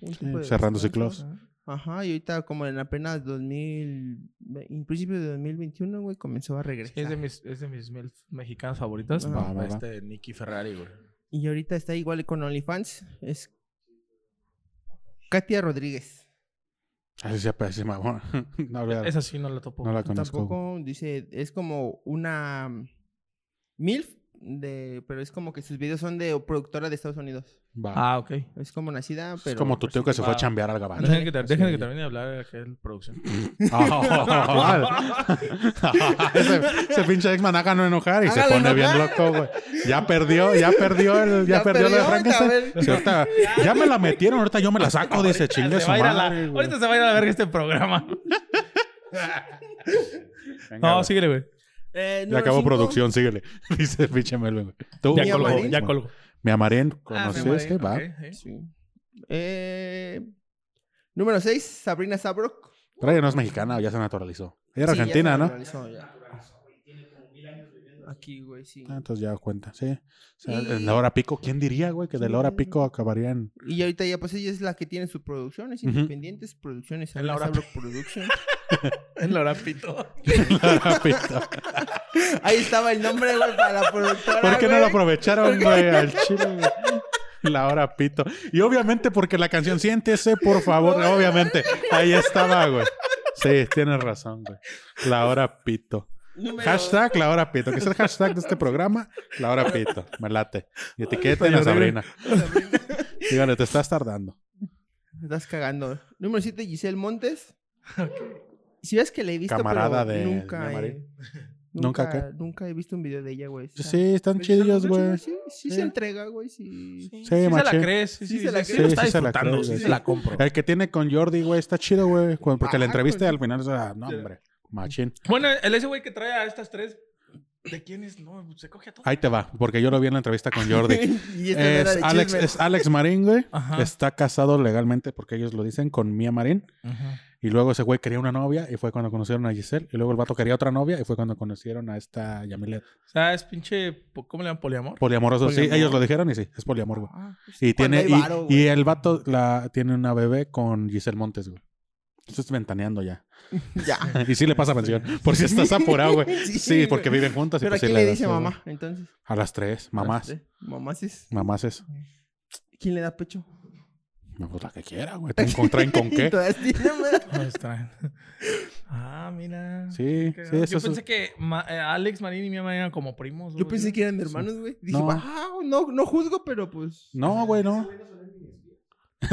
[SPEAKER 4] un
[SPEAKER 2] Sí,
[SPEAKER 4] tiempo de
[SPEAKER 2] cerrando
[SPEAKER 4] descanso.
[SPEAKER 2] ciclos.
[SPEAKER 4] Ajá, y ahorita como en apenas 2000, en principio de 2021, güey, comenzó a
[SPEAKER 3] Sí,
[SPEAKER 4] regresar.
[SPEAKER 3] Es de mis, es de mis meals mexicanas favoritas.
[SPEAKER 4] Ah,
[SPEAKER 2] va, va.
[SPEAKER 3] Este Nicky Ferrari, güey.
[SPEAKER 4] Y ahorita está igual con OnlyFans. Es Katia Rodríguez.
[SPEAKER 2] Así se así se llama, bueno, (laughs) No, olvídalo.
[SPEAKER 3] Esa sí no la topo.
[SPEAKER 2] No la conozco. güey.
[SPEAKER 4] Tampoco dice, es como una mm, MILF, de, pero es como que sus videos son de productora de Estados Unidos.
[SPEAKER 2] Va.
[SPEAKER 3] Ah, ok.
[SPEAKER 4] Es como nacida, pero...
[SPEAKER 2] es como tu tío que se fue a chambear al gabán.
[SPEAKER 3] Dejen que, te-
[SPEAKER 2] Así.
[SPEAKER 3] dejen que termine de hablar de aquel producción.
[SPEAKER 2] (laughs) Oh, ese, ese pinche ex manaca no enojar y se
[SPEAKER 4] Hágalo
[SPEAKER 2] pone bien
[SPEAKER 4] enojar.
[SPEAKER 2] loco, güey. Ya perdió, ya perdió el, ya,
[SPEAKER 4] Ya
[SPEAKER 2] perdió, lo de
[SPEAKER 4] perdió,
[SPEAKER 2] Frankenstein.
[SPEAKER 4] cabrón.
[SPEAKER 2] Sí, ahorita- ya me la metieron, ahorita yo me la saco,
[SPEAKER 3] (laughs)
[SPEAKER 2] dice chingue
[SPEAKER 3] Ah, se
[SPEAKER 2] su
[SPEAKER 3] va a ir a la-
[SPEAKER 2] madre. güey.
[SPEAKER 3] ahorita se va a ir a la verga este programa.
[SPEAKER 2] Venga,
[SPEAKER 3] No,
[SPEAKER 2] güey.
[SPEAKER 3] síguele, güey.
[SPEAKER 4] Eh,
[SPEAKER 2] Ya
[SPEAKER 4] número
[SPEAKER 2] acabó
[SPEAKER 4] cinco,
[SPEAKER 2] producción, síguele. (laughs) Dice el pinche Melvin. güey. Tú,
[SPEAKER 3] Ya
[SPEAKER 4] Mi
[SPEAKER 3] colgó,
[SPEAKER 4] amarín.
[SPEAKER 3] ya colgó.
[SPEAKER 2] Me amarén,
[SPEAKER 3] Ah,
[SPEAKER 2] conocí
[SPEAKER 3] me
[SPEAKER 2] es que va.
[SPEAKER 3] morí, ok, sí.
[SPEAKER 4] sí. Eh, número 6, Sabrina Sabrok.
[SPEAKER 2] Pero ella no es mexicana, o ya se naturalizó. Ella era
[SPEAKER 4] Sí, ya
[SPEAKER 2] argentina,
[SPEAKER 4] se
[SPEAKER 2] ¿no?
[SPEAKER 4] naturalizó ya. Aquí, güey, sí.
[SPEAKER 2] Ah, entonces ya cuenta, sí. O sea,
[SPEAKER 4] Y-
[SPEAKER 2] En la hora pico, ¿quién diría, güey, que de la hora pico
[SPEAKER 4] (laughs)
[SPEAKER 2] acabarían?
[SPEAKER 4] Y ahorita ya, pues ella es la que tiene sus producciones
[SPEAKER 2] Ujú.
[SPEAKER 4] independientes, producciones. Sabrina
[SPEAKER 3] hora-
[SPEAKER 4] Sabrok Productions.
[SPEAKER 3] (laughs) En la hora pito.
[SPEAKER 2] La hora pico.
[SPEAKER 4] Ahí estaba el nombre, güey, (laughs) para la productora.
[SPEAKER 2] ¿Por qué no lo
[SPEAKER 4] güey.
[SPEAKER 2] aprovecharon, güey, al chile, (laughs) güey? La hora pito. Y obviamente porque la canción Siéntese, por favor,
[SPEAKER 4] (laughs)
[SPEAKER 2] obviamente. Ahí estaba, güey. Sí, tienes razón, güey. La hora pito.
[SPEAKER 4] Número-
[SPEAKER 2] Hashtag la hora pito. Que es el hashtag de este programa, la hora pito. Me late. Y etiqueten
[SPEAKER 3] Ay,
[SPEAKER 2] a
[SPEAKER 3] está
[SPEAKER 2] Sabrina. Díganle, te estás tardando.
[SPEAKER 4] Me Estás cagando. Número 7, Giselle Montes. Si ves que la he visto,
[SPEAKER 2] Camarada
[SPEAKER 4] pero
[SPEAKER 2] de- de
[SPEAKER 4] nunca,
[SPEAKER 2] Mari. (laughs)
[SPEAKER 4] he,
[SPEAKER 2] ¿Nunca
[SPEAKER 4] nunca,
[SPEAKER 2] qué?
[SPEAKER 4] nunca he visto un video de ella, güey. O sea, pues,
[SPEAKER 2] Sí, están chidillos, güey.
[SPEAKER 4] Sí,
[SPEAKER 2] Sí.
[SPEAKER 4] sí se entrega, güey. Sí.
[SPEAKER 2] Sí,
[SPEAKER 3] Sí se la
[SPEAKER 2] machín.
[SPEAKER 3] crees. Sí,
[SPEAKER 4] Sí
[SPEAKER 3] sí,
[SPEAKER 4] se
[SPEAKER 3] sí,
[SPEAKER 4] la
[SPEAKER 3] sí
[SPEAKER 4] cree.
[SPEAKER 3] lo está
[SPEAKER 2] Sí, sí se la
[SPEAKER 3] disfrutando.
[SPEAKER 2] cree,
[SPEAKER 3] Sí
[SPEAKER 2] güey.
[SPEAKER 3] se la compro.
[SPEAKER 2] El que tiene con Jordi, güey, está chido, güey. cu- Porque la
[SPEAKER 4] Ah,
[SPEAKER 2] entrevista
[SPEAKER 4] con-
[SPEAKER 2] al final, o sea, no, hombre. Machín.
[SPEAKER 3] Bueno, el ese güey que trae a estas tres ¿De quién es? No, se coge a todos.
[SPEAKER 2] Ahí te va, porque yo lo vi en la entrevista con Jordi.
[SPEAKER 4] (laughs) (laughs) y esta no era
[SPEAKER 2] Es
[SPEAKER 4] de
[SPEAKER 2] Alex,
[SPEAKER 4] chisme.
[SPEAKER 2] es Alex Marín, güey.
[SPEAKER 3] Ajá.
[SPEAKER 2] Está casado legalmente, porque ellos lo dicen, con Mia Marín.
[SPEAKER 3] Ajá.
[SPEAKER 2] Y luego ese güey quería una novia y fue cuando conocieron a Giselle. Y luego el vato quería otra novia y fue cuando conocieron a esta Yamilet.
[SPEAKER 3] O sea, es pinche. po- ¿Cómo le llaman? Poliamor.
[SPEAKER 2] Poliamoroso, sí,
[SPEAKER 4] Poliamor.
[SPEAKER 2] ellos lo dijeron y sí, es poliamor, güey.
[SPEAKER 4] Ah, pues,
[SPEAKER 2] Y,
[SPEAKER 4] cuando
[SPEAKER 2] tiene,
[SPEAKER 4] hay
[SPEAKER 2] y,
[SPEAKER 4] varo,
[SPEAKER 2] y
[SPEAKER 4] güey.
[SPEAKER 2] el vato la, tiene una bebé con Giselle Montes, güey. Esto es ventaneando ya. (laughs)
[SPEAKER 4] Ya.
[SPEAKER 2] Y sí le pasa pensión. Por si
[SPEAKER 4] (laughs)
[SPEAKER 2] estás apurado, güey.
[SPEAKER 4] Sí,
[SPEAKER 2] Sí, porque
[SPEAKER 4] güey.
[SPEAKER 2] viven juntas. y
[SPEAKER 4] Pero
[SPEAKER 2] pues sí
[SPEAKER 4] aquí le
[SPEAKER 2] das
[SPEAKER 4] dice
[SPEAKER 2] todo.
[SPEAKER 4] mamá, entonces.
[SPEAKER 2] A las tres, mamás.
[SPEAKER 4] Este, Mamás es.
[SPEAKER 2] Mamás es.
[SPEAKER 4] ¿Quién le da pecho?
[SPEAKER 2] No, pues la que quiera, güey.
[SPEAKER 4] (laughs)
[SPEAKER 2] ¿Te encontraen con qué?
[SPEAKER 4] Todas tienen,
[SPEAKER 2] (laughs)
[SPEAKER 4] ¿verdad?
[SPEAKER 3] Ahí está. (laughs) ah, mira.
[SPEAKER 2] Sí,
[SPEAKER 3] Qué
[SPEAKER 2] sí,
[SPEAKER 3] raro.
[SPEAKER 2] eso
[SPEAKER 3] Yo
[SPEAKER 2] es-
[SPEAKER 3] pensé que ma- eh, Alex Marín y mi mamá eran como primos.
[SPEAKER 4] Yo pensé que eran hermanos, güey. Dije,
[SPEAKER 2] No.
[SPEAKER 4] wow, no, no juzgo, pero pues.
[SPEAKER 2] No, güey, no. (laughs)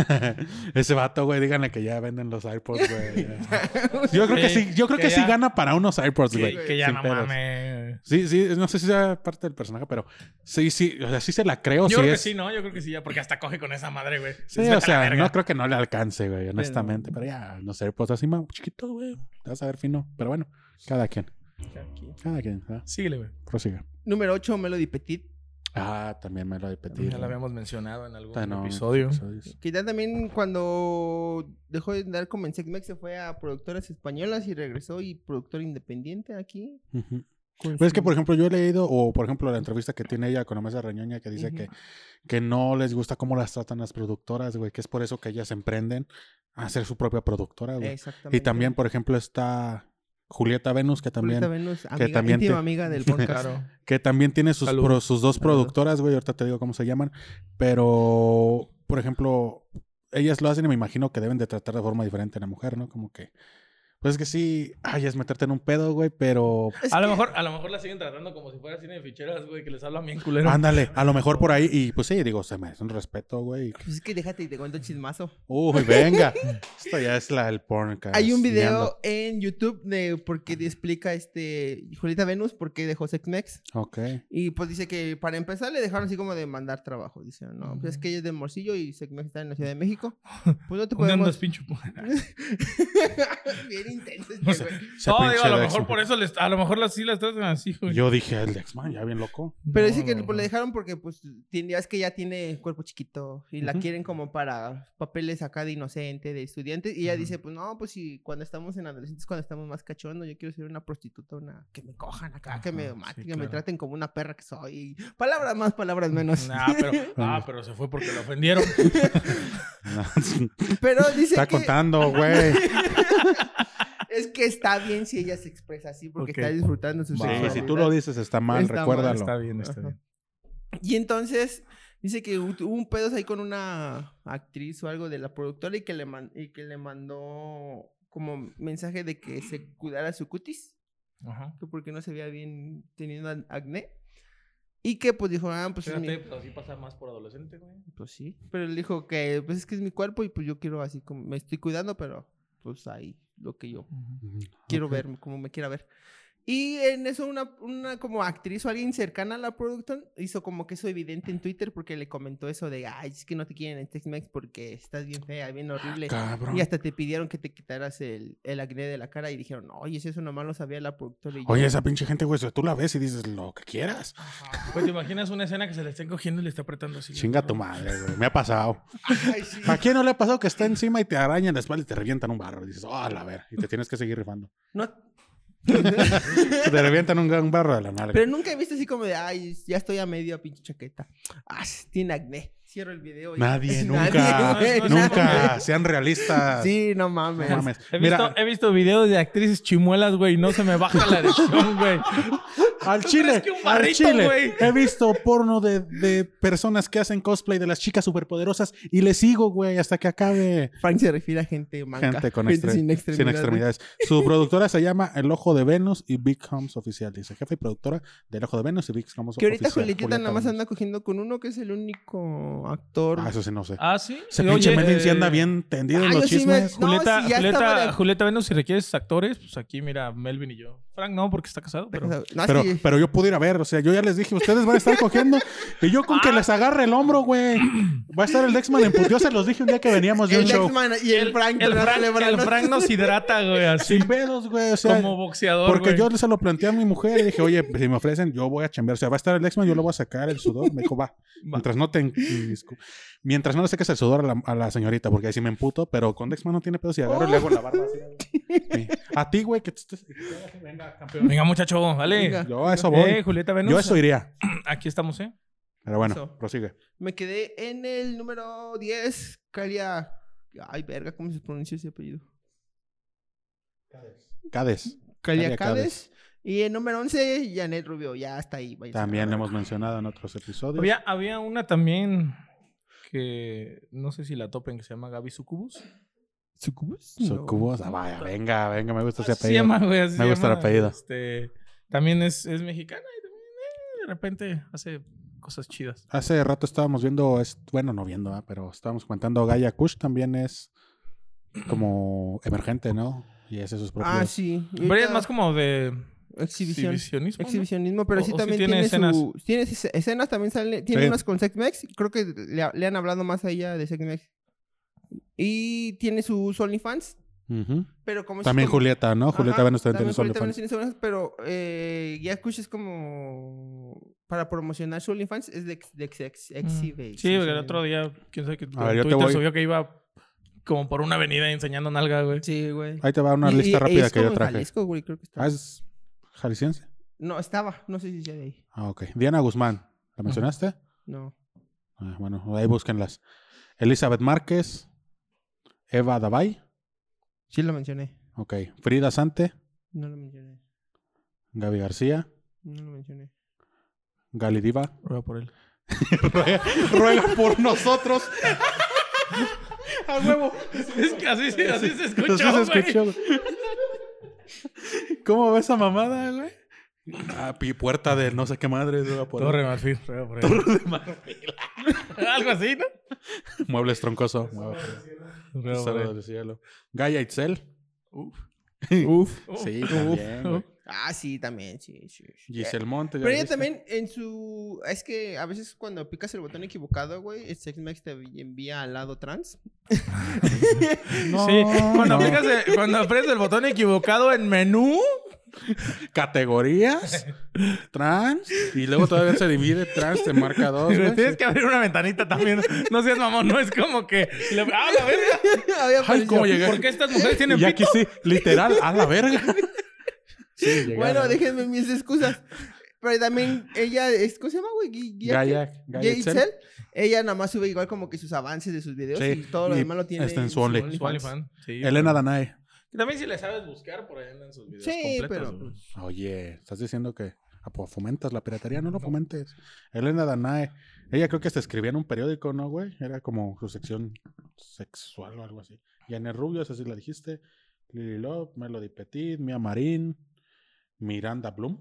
[SPEAKER 2] Ese vato, güey, díganle que ya venden
[SPEAKER 4] (laughs)
[SPEAKER 2] los iPods, güey. ya. Yo creo que
[SPEAKER 3] Sí,
[SPEAKER 2] sí, yo creo
[SPEAKER 3] que
[SPEAKER 2] que sí
[SPEAKER 3] ya-
[SPEAKER 2] gana para unos iPods, güey.
[SPEAKER 3] Que, que ya
[SPEAKER 2] sin
[SPEAKER 3] no
[SPEAKER 2] pedos.
[SPEAKER 3] mames.
[SPEAKER 2] Sí, sí, no sé si sea parte del personaje, pero sí, sí, o sea, sí se la creo,
[SPEAKER 3] Yo
[SPEAKER 2] sí
[SPEAKER 3] creo
[SPEAKER 2] es.
[SPEAKER 3] que sí, ¿no? Yo creo que sí, ya, porque hasta coge con esa madre, güey.
[SPEAKER 2] Sí,
[SPEAKER 3] Vete a
[SPEAKER 2] o
[SPEAKER 3] la
[SPEAKER 2] sea,
[SPEAKER 3] verga.
[SPEAKER 2] no creo que no le alcance, güey, honestamente. Pero ya, no sé, pues así más chiquito, güey. Te vas a ver fino. Pero bueno, cada quien. Cada quien, ¿verdad?
[SPEAKER 3] Síguele, güey.
[SPEAKER 2] Prosiga.
[SPEAKER 4] Número 8, Melody Petit.
[SPEAKER 2] Ah, también me lo he
[SPEAKER 3] Ya
[SPEAKER 2] pedido.
[SPEAKER 3] la habíamos mencionado en algún
[SPEAKER 2] Ah, no,
[SPEAKER 3] episodio.
[SPEAKER 2] episodios.
[SPEAKER 4] Que ya también cuando dejó de andar como en Sexmex se fue a productoras españolas y regresó y productor independiente aquí.
[SPEAKER 2] Ujú. Pues es que, por ejemplo, yo he leído, o por ejemplo, la entrevista que tiene ella con Mesa Reñoña, que dice
[SPEAKER 4] Ujú.
[SPEAKER 2] que, que no les gusta cómo las tratan las productoras, güey, que es por eso que ellas emprenden a ser su propia productora, güey.
[SPEAKER 4] Exactamente.
[SPEAKER 2] Y también, por ejemplo, está Julieta Venus, que también,
[SPEAKER 4] Julieta Venus, amiga,
[SPEAKER 2] también
[SPEAKER 4] íntima
[SPEAKER 2] te- (laughs)
[SPEAKER 4] amiga del podcast.
[SPEAKER 3] Claro.
[SPEAKER 2] que también tiene sus,
[SPEAKER 3] Salud.
[SPEAKER 2] pro- sus dos
[SPEAKER 4] Salud.
[SPEAKER 2] productoras, güey, ahorita te digo cómo se llaman, pero, por ejemplo, ellas lo hacen y me imagino que deben de tratar de forma diferente a la mujer, ¿no? Como que, pues es que sí, ay, es meterte en un pedo, güey, pero
[SPEAKER 3] A lo, mejor, a lo mejor la siguen tratando como si fuera cine de ficheras, güey, que les hablan bien culero.
[SPEAKER 2] Ándale, a lo mejor por ahí. Y pues sí, digo, se merece un respeto, güey.
[SPEAKER 4] Pues es que déjate y te cuento chismazo.
[SPEAKER 2] Uy, venga.
[SPEAKER 3] (laughs)
[SPEAKER 2] Esto ya es la del porn.
[SPEAKER 4] Hay un
[SPEAKER 2] castiando.
[SPEAKER 4] video en YouTube de por qué te explica este Julieta Venus por qué dejó Sexmex.
[SPEAKER 2] Ok.
[SPEAKER 4] Y pues dice que para empezar le dejaron así como de mandar trabajo. Dice, no, pues es que ella es de Morcillo y Sexmex está en la Ciudad
[SPEAKER 3] (laughs)
[SPEAKER 4] de México. Pues no te
[SPEAKER 3] ¿Dónde andas,
[SPEAKER 4] podemos...
[SPEAKER 3] pinche?
[SPEAKER 4] (laughs) Bien intenso este
[SPEAKER 3] No sé.
[SPEAKER 4] güey.
[SPEAKER 2] Ese
[SPEAKER 3] No,
[SPEAKER 2] pinche
[SPEAKER 3] digo, a lo
[SPEAKER 2] Alex,
[SPEAKER 3] mejor
[SPEAKER 2] güey.
[SPEAKER 3] por eso les, a lo mejor las, sí las tratan así, güey.
[SPEAKER 2] Yo dije, el Lexman, ya bien loco. (laughs)
[SPEAKER 4] Pero
[SPEAKER 3] No,
[SPEAKER 4] dice que
[SPEAKER 3] no,
[SPEAKER 4] pues,
[SPEAKER 3] no.
[SPEAKER 4] (laughs) le dejaron porque, pues, tiene- ya es que ya tiene cuerpo chiquito y la
[SPEAKER 2] Ujú.
[SPEAKER 4] quieren como para papeles acá de inocente, de estudiante. Y ella
[SPEAKER 3] Ujú.
[SPEAKER 4] dice, pues, no, pues, si cuando estamos en adolescentes, cuando estamos más cachondos, yo quiero ser una prostituta, una... Que me cojan acá, que me
[SPEAKER 3] Ajá,
[SPEAKER 4] maten,
[SPEAKER 3] sí,
[SPEAKER 4] que me
[SPEAKER 3] claro.
[SPEAKER 4] traten como una perra que soy. Palabras más, palabras menos.
[SPEAKER 3] Nah, pero, ah, pero se fue porque
[SPEAKER 2] (laughs)
[SPEAKER 3] lo ofendieron.
[SPEAKER 4] (laughs) Pero dice
[SPEAKER 2] Está
[SPEAKER 4] que
[SPEAKER 2] contando, güey.
[SPEAKER 4] (laughs) es que está bien si ella se expresa así porque
[SPEAKER 3] Ok.
[SPEAKER 4] está disfrutando su
[SPEAKER 3] Sí,
[SPEAKER 2] Sí,
[SPEAKER 4] sexualidad.
[SPEAKER 2] si tú lo dices, está mal,
[SPEAKER 4] Está mal,
[SPEAKER 2] recuérdalo.
[SPEAKER 3] está bien, está
[SPEAKER 4] Ajá.
[SPEAKER 3] bien.
[SPEAKER 4] Y entonces dice que hu- hubo un pedo ahí con una actriz o algo de la productora y que le, man- y que le mandó como mensaje de que se cuidara su cutis,
[SPEAKER 3] Ajá.
[SPEAKER 4] que porque no se veía bien teniendo ac- acné. Y que pues dijo, ah, pues, es mi-
[SPEAKER 3] Espérate, pues así pasa más por adolescente, güey.
[SPEAKER 4] pues sí. Pero él dijo que pues es que es mi cuerpo y pues yo quiero así como me estoy cuidando, pero pues ahí lo que yo quiero
[SPEAKER 2] Ok.
[SPEAKER 4] ver como me quiera ver. Y en eso una, una como actriz o alguien cercana a la producción hizo como que eso evidente en Twitter porque le comentó eso de, ay, es que no te quieren en Tex-Mex porque estás bien fea, bien horrible.
[SPEAKER 2] Ah, Cabrón.
[SPEAKER 4] Y hasta te pidieron que te quitaras el, el acné de la cara y dijeron, oye, si eso nomás lo sabía la productora. Y yo,
[SPEAKER 2] Oye, esa pinche gente, güey, tú la ves y dices lo que quieras.
[SPEAKER 3] Pues te imaginas una escena que se le estén cogiendo y le está apretando así.
[SPEAKER 2] Chinga tu madre, güey. Me ha
[SPEAKER 4] (laughs)
[SPEAKER 2] pasado.
[SPEAKER 4] (laughs)
[SPEAKER 2] (laughs)
[SPEAKER 4] "Ay, sí".
[SPEAKER 2] ¿A quién no le ha pasado que está encima y te arañan la espalda y te revientan un barro? Y dices, oh, a la ver. Y te tienes que seguir rifando.
[SPEAKER 4] No- (laughs)
[SPEAKER 2] Te revientan un, un barro de la nalga.
[SPEAKER 4] pero nunca he visto así como de, ay, ya estoy a medio pinche chaqueta. Ah, tiene acné. Cierro el video. y-
[SPEAKER 2] Nadie, nunca,
[SPEAKER 4] (laughs) Nadie, güey,
[SPEAKER 2] nunca,
[SPEAKER 4] nadie.
[SPEAKER 2] sean realistas.
[SPEAKER 4] Sí, no mames.
[SPEAKER 2] No mames.
[SPEAKER 3] He
[SPEAKER 2] Mira,
[SPEAKER 3] visto, eh, he visto videos de actrices chimuelas, güey, y no se me baja la erección, güey.
[SPEAKER 2] al
[SPEAKER 3] ¿tú
[SPEAKER 2] chile,
[SPEAKER 3] crees que un
[SPEAKER 2] al
[SPEAKER 3] barrito,
[SPEAKER 2] chile,
[SPEAKER 3] güey?
[SPEAKER 2] he visto porno de, de personas que hacen cosplay de las chicas superpoderosas y le sigo, güey, hasta que acabe
[SPEAKER 4] Frank se refiere a gente manca.
[SPEAKER 2] gente con
[SPEAKER 4] gente
[SPEAKER 2] extre-
[SPEAKER 4] sin
[SPEAKER 2] sin,
[SPEAKER 4] extremidades.
[SPEAKER 2] extremidades. Su productora se llama El Ojo de Venus y Big Homes Oficial. Dice jefe y productora del Ojo de Venus y Big Homes
[SPEAKER 4] Que ahorita
[SPEAKER 2] Oficial.
[SPEAKER 4] Julietita nada más
[SPEAKER 2] Venus.
[SPEAKER 4] anda cogiendo con uno que es el único actor.
[SPEAKER 2] Ah, eso sí no sé.
[SPEAKER 3] Ah, sí.
[SPEAKER 2] Se
[SPEAKER 3] Oye,
[SPEAKER 2] pinche Melvin
[SPEAKER 3] eh,
[SPEAKER 2] sí anda bien tendido
[SPEAKER 4] ah,
[SPEAKER 2] en los
[SPEAKER 4] yo sí me-
[SPEAKER 2] chismes.
[SPEAKER 4] No,
[SPEAKER 3] Julieta,
[SPEAKER 4] sí, ya está
[SPEAKER 3] Julieta,
[SPEAKER 4] para-
[SPEAKER 3] Julieta Venus, si requieres actores, pues aquí mira, Melvin y yo. Frank no, porque está casado. Pero...
[SPEAKER 4] No, es
[SPEAKER 2] Pero,
[SPEAKER 4] que-
[SPEAKER 2] pero yo pude ir a ver, o sea, yo ya les dije, ustedes van a estar cogiendo. Y yo
[SPEAKER 4] Ah.
[SPEAKER 2] con que les agarre el hombro, güey. Va a estar el Dexman en pu- Yo se los dije un día que veníamos de un
[SPEAKER 4] el
[SPEAKER 2] show.
[SPEAKER 4] X-Man y el, Frank.
[SPEAKER 3] el
[SPEAKER 4] ¿no?
[SPEAKER 3] Frank, el
[SPEAKER 4] Celebrando.
[SPEAKER 3] Frank nos hidrata, güey, así.
[SPEAKER 2] Sin pedos, güey. O sea,
[SPEAKER 3] como boxeador.
[SPEAKER 2] porque
[SPEAKER 3] güey.
[SPEAKER 2] yo se lo planteé a mi mujer y dije, oye, pues, si me ofrecen, yo voy a chambear. O sea, va a estar el Dexman, yo lo voy a sacar el sudor. Me dijo, va. Mientras no te en- Mientras no le saques el sudor a la, a la señorita, porque ahí sí me emputo, pero con Dexman no tiene pedos y agarro y le hago la barba así. Sí. A ti, güey, que tú estés-
[SPEAKER 3] Venga, muchacho, vale.
[SPEAKER 4] Venga.
[SPEAKER 2] Yo a eso voy.
[SPEAKER 3] Eh, Julieta Venus.
[SPEAKER 2] yo a eso iría.
[SPEAKER 3] Aquí estamos, ¿eh?
[SPEAKER 2] Pero bueno,
[SPEAKER 4] Eso.
[SPEAKER 2] prosigue.
[SPEAKER 4] (laughs) Me quedé en el número 10. Calia. Ay, verga, ¿cómo se pronuncia ese apellido?
[SPEAKER 2] Cades. Calia Cades.
[SPEAKER 4] Calia Cades. Y el número 11, Janet Rubio. Ya está ahí. váyanse a la
[SPEAKER 2] También lo
[SPEAKER 4] verga.
[SPEAKER 2] hemos mencionado en otros episodios.
[SPEAKER 3] Había, había una también que no sé si la topen, que se llama Gaby Sucubus.
[SPEAKER 4] ¿Sucubus? No.
[SPEAKER 2] Sucubus. Ah, vaya, venga, venga, me gusta ese
[SPEAKER 3] Así se
[SPEAKER 2] apellido.
[SPEAKER 3] llama, güey. así
[SPEAKER 2] Me
[SPEAKER 3] se
[SPEAKER 2] gusta el
[SPEAKER 3] llama.
[SPEAKER 2] apellido.
[SPEAKER 3] Este, también es, es mexicana y también eh, de repente hace cosas chidas.
[SPEAKER 2] Hace rato estábamos viendo, es, bueno, no viendo, ah, pero estábamos comentando Gaia Kush también
[SPEAKER 4] (clears throat)
[SPEAKER 2] es como emergente, ¿no? Y hace sus propios.
[SPEAKER 4] Ah, sí. Y
[SPEAKER 3] Pero ella es
[SPEAKER 4] ahorita-
[SPEAKER 3] más como de
[SPEAKER 4] Exhibición.
[SPEAKER 3] exhibicionismo. ¿no?
[SPEAKER 4] Exhibicionismo, pero
[SPEAKER 3] O-
[SPEAKER 4] sí
[SPEAKER 3] o sí
[SPEAKER 4] también
[SPEAKER 3] tiene
[SPEAKER 4] tiene,
[SPEAKER 3] escenas.
[SPEAKER 4] su... Tiene esce- escenas, también sale... Tiene
[SPEAKER 2] Sí.
[SPEAKER 4] unas con Sex Mex. Creo que le, le han hablado más a ella de Sex Mex. Y tiene sus OnlyFans,
[SPEAKER 2] Ujú.
[SPEAKER 4] pero como... es
[SPEAKER 2] También
[SPEAKER 4] como-
[SPEAKER 2] Julieta, ¿no? Julieta
[SPEAKER 4] Ajá,
[SPEAKER 2] Venus también tiene su
[SPEAKER 4] Julieta Venos
[SPEAKER 2] OnlyFans.
[SPEAKER 4] tiene su OnlyFans, pero eh, Yakush es como... Para promocionar su OnlyFans es de, ex- de ex- ex- exhibe.
[SPEAKER 3] Mm. Sí, porque el otro día, quién sabe que
[SPEAKER 2] A ver, yo te
[SPEAKER 3] Twitter
[SPEAKER 2] voy.
[SPEAKER 3] subió que iba como por una avenida enseñando nalga, güey.
[SPEAKER 4] Sí, güey.
[SPEAKER 2] Ahí te va una
[SPEAKER 4] Y- y-
[SPEAKER 2] lista
[SPEAKER 4] y
[SPEAKER 2] rápida
[SPEAKER 4] es
[SPEAKER 2] que yo
[SPEAKER 4] como en
[SPEAKER 2] traje.
[SPEAKER 4] Jalisco, güey, creo que está.
[SPEAKER 2] Ah, es jalisciense.
[SPEAKER 4] No, estaba. No sé si sea de ahí.
[SPEAKER 2] Ah, ok. Diana Guzmán, ¿la mencionaste?
[SPEAKER 4] No.
[SPEAKER 2] Ah, bueno, ahí búsquenlas. Elizabeth Márquez, Eva Davay,
[SPEAKER 4] Sí lo mencioné.
[SPEAKER 2] ok. Frida Sante,
[SPEAKER 4] No lo mencioné.
[SPEAKER 2] Gaby García,
[SPEAKER 4] No lo mencioné.
[SPEAKER 2] Gali Diva.
[SPEAKER 4] (laughs)
[SPEAKER 3] Ruega por él. (laughs)
[SPEAKER 2] ruega, ruega por nosotros.
[SPEAKER 4] ¡A huevo!
[SPEAKER 3] Es que así, se- así se
[SPEAKER 2] (laughs)
[SPEAKER 3] escuchó,
[SPEAKER 2] Así se
[SPEAKER 3] güey.
[SPEAKER 2] escuchó, güey. ¿Cómo va esa mamada, güey? Ah, pi- puerta de no sé qué madre. ruega por-
[SPEAKER 3] Torre de Marfil,
[SPEAKER 2] (laughs)
[SPEAKER 3] ruega por él. Torre de Marfil. (laughs) Algo así, ¿no?
[SPEAKER 2] Muebles troncoso. Muebles
[SPEAKER 3] Ruega por él.
[SPEAKER 2] del cielo. Gaia Itzel. Uf.
[SPEAKER 3] Uf.
[SPEAKER 2] Sí,
[SPEAKER 3] Uf.
[SPEAKER 2] también, güey.
[SPEAKER 4] Ah, sí, también, sí, sí. sí.
[SPEAKER 2] Giselle Monte. ya
[SPEAKER 4] Pero ella
[SPEAKER 2] dijiste.
[SPEAKER 4] también en su... Es que a veces cuando picas el botón equivocado, güey, el SexMax te envía al lado trans. (laughs)
[SPEAKER 2] No,
[SPEAKER 3] sí, cuando,
[SPEAKER 2] no.
[SPEAKER 3] aplicas el- cuando aprietas el botón equivocado en menú,
[SPEAKER 2] Categorías. Trans. Y luego todavía se divide. Trans te marca dos. güey.
[SPEAKER 3] tienes que abrir una ventanita también. No seas mamón, no es como que. le- ¡Ah,
[SPEAKER 2] (laughs)
[SPEAKER 3] la verga!
[SPEAKER 4] Había
[SPEAKER 2] Ay, cómo
[SPEAKER 4] aparecido.
[SPEAKER 2] llegué.
[SPEAKER 3] ¿Por qué estas mujeres tienen
[SPEAKER 2] Y
[SPEAKER 3] pito?
[SPEAKER 2] aquí sí, literal, a la verga. Sí, llegaron.
[SPEAKER 4] Bueno, déjenme mis excusas. Pero también ella... Es, ¿Cómo se llama, güey? Gui- Gui-
[SPEAKER 2] Gaia, Gaia
[SPEAKER 4] Gaia
[SPEAKER 2] Itzel.
[SPEAKER 4] Itzel. Ella nada más sube igual como que sus avances de sus videos
[SPEAKER 2] Sí,
[SPEAKER 4] y todo lo
[SPEAKER 2] y
[SPEAKER 4] demás lo tiene
[SPEAKER 2] está en su Only-
[SPEAKER 3] Su OnlyFans, sí.
[SPEAKER 2] Elena Danae.
[SPEAKER 3] Que También si le sabes buscar, por ahí andan sus videos.
[SPEAKER 4] Sí,
[SPEAKER 3] completos,
[SPEAKER 4] pero...
[SPEAKER 3] güey.
[SPEAKER 4] pues,
[SPEAKER 2] Oye, estás diciendo que ah, pues, fomentas la piratería. No lo fomentes. Elena Danae. Ella creo que hasta escribía en un periódico, ¿no, güey? Era como su sección sexual o algo así. Janet Rubio, esa sí la dijiste. Lily Love, Melody Petit, Mia Marín, Miranda Bloom.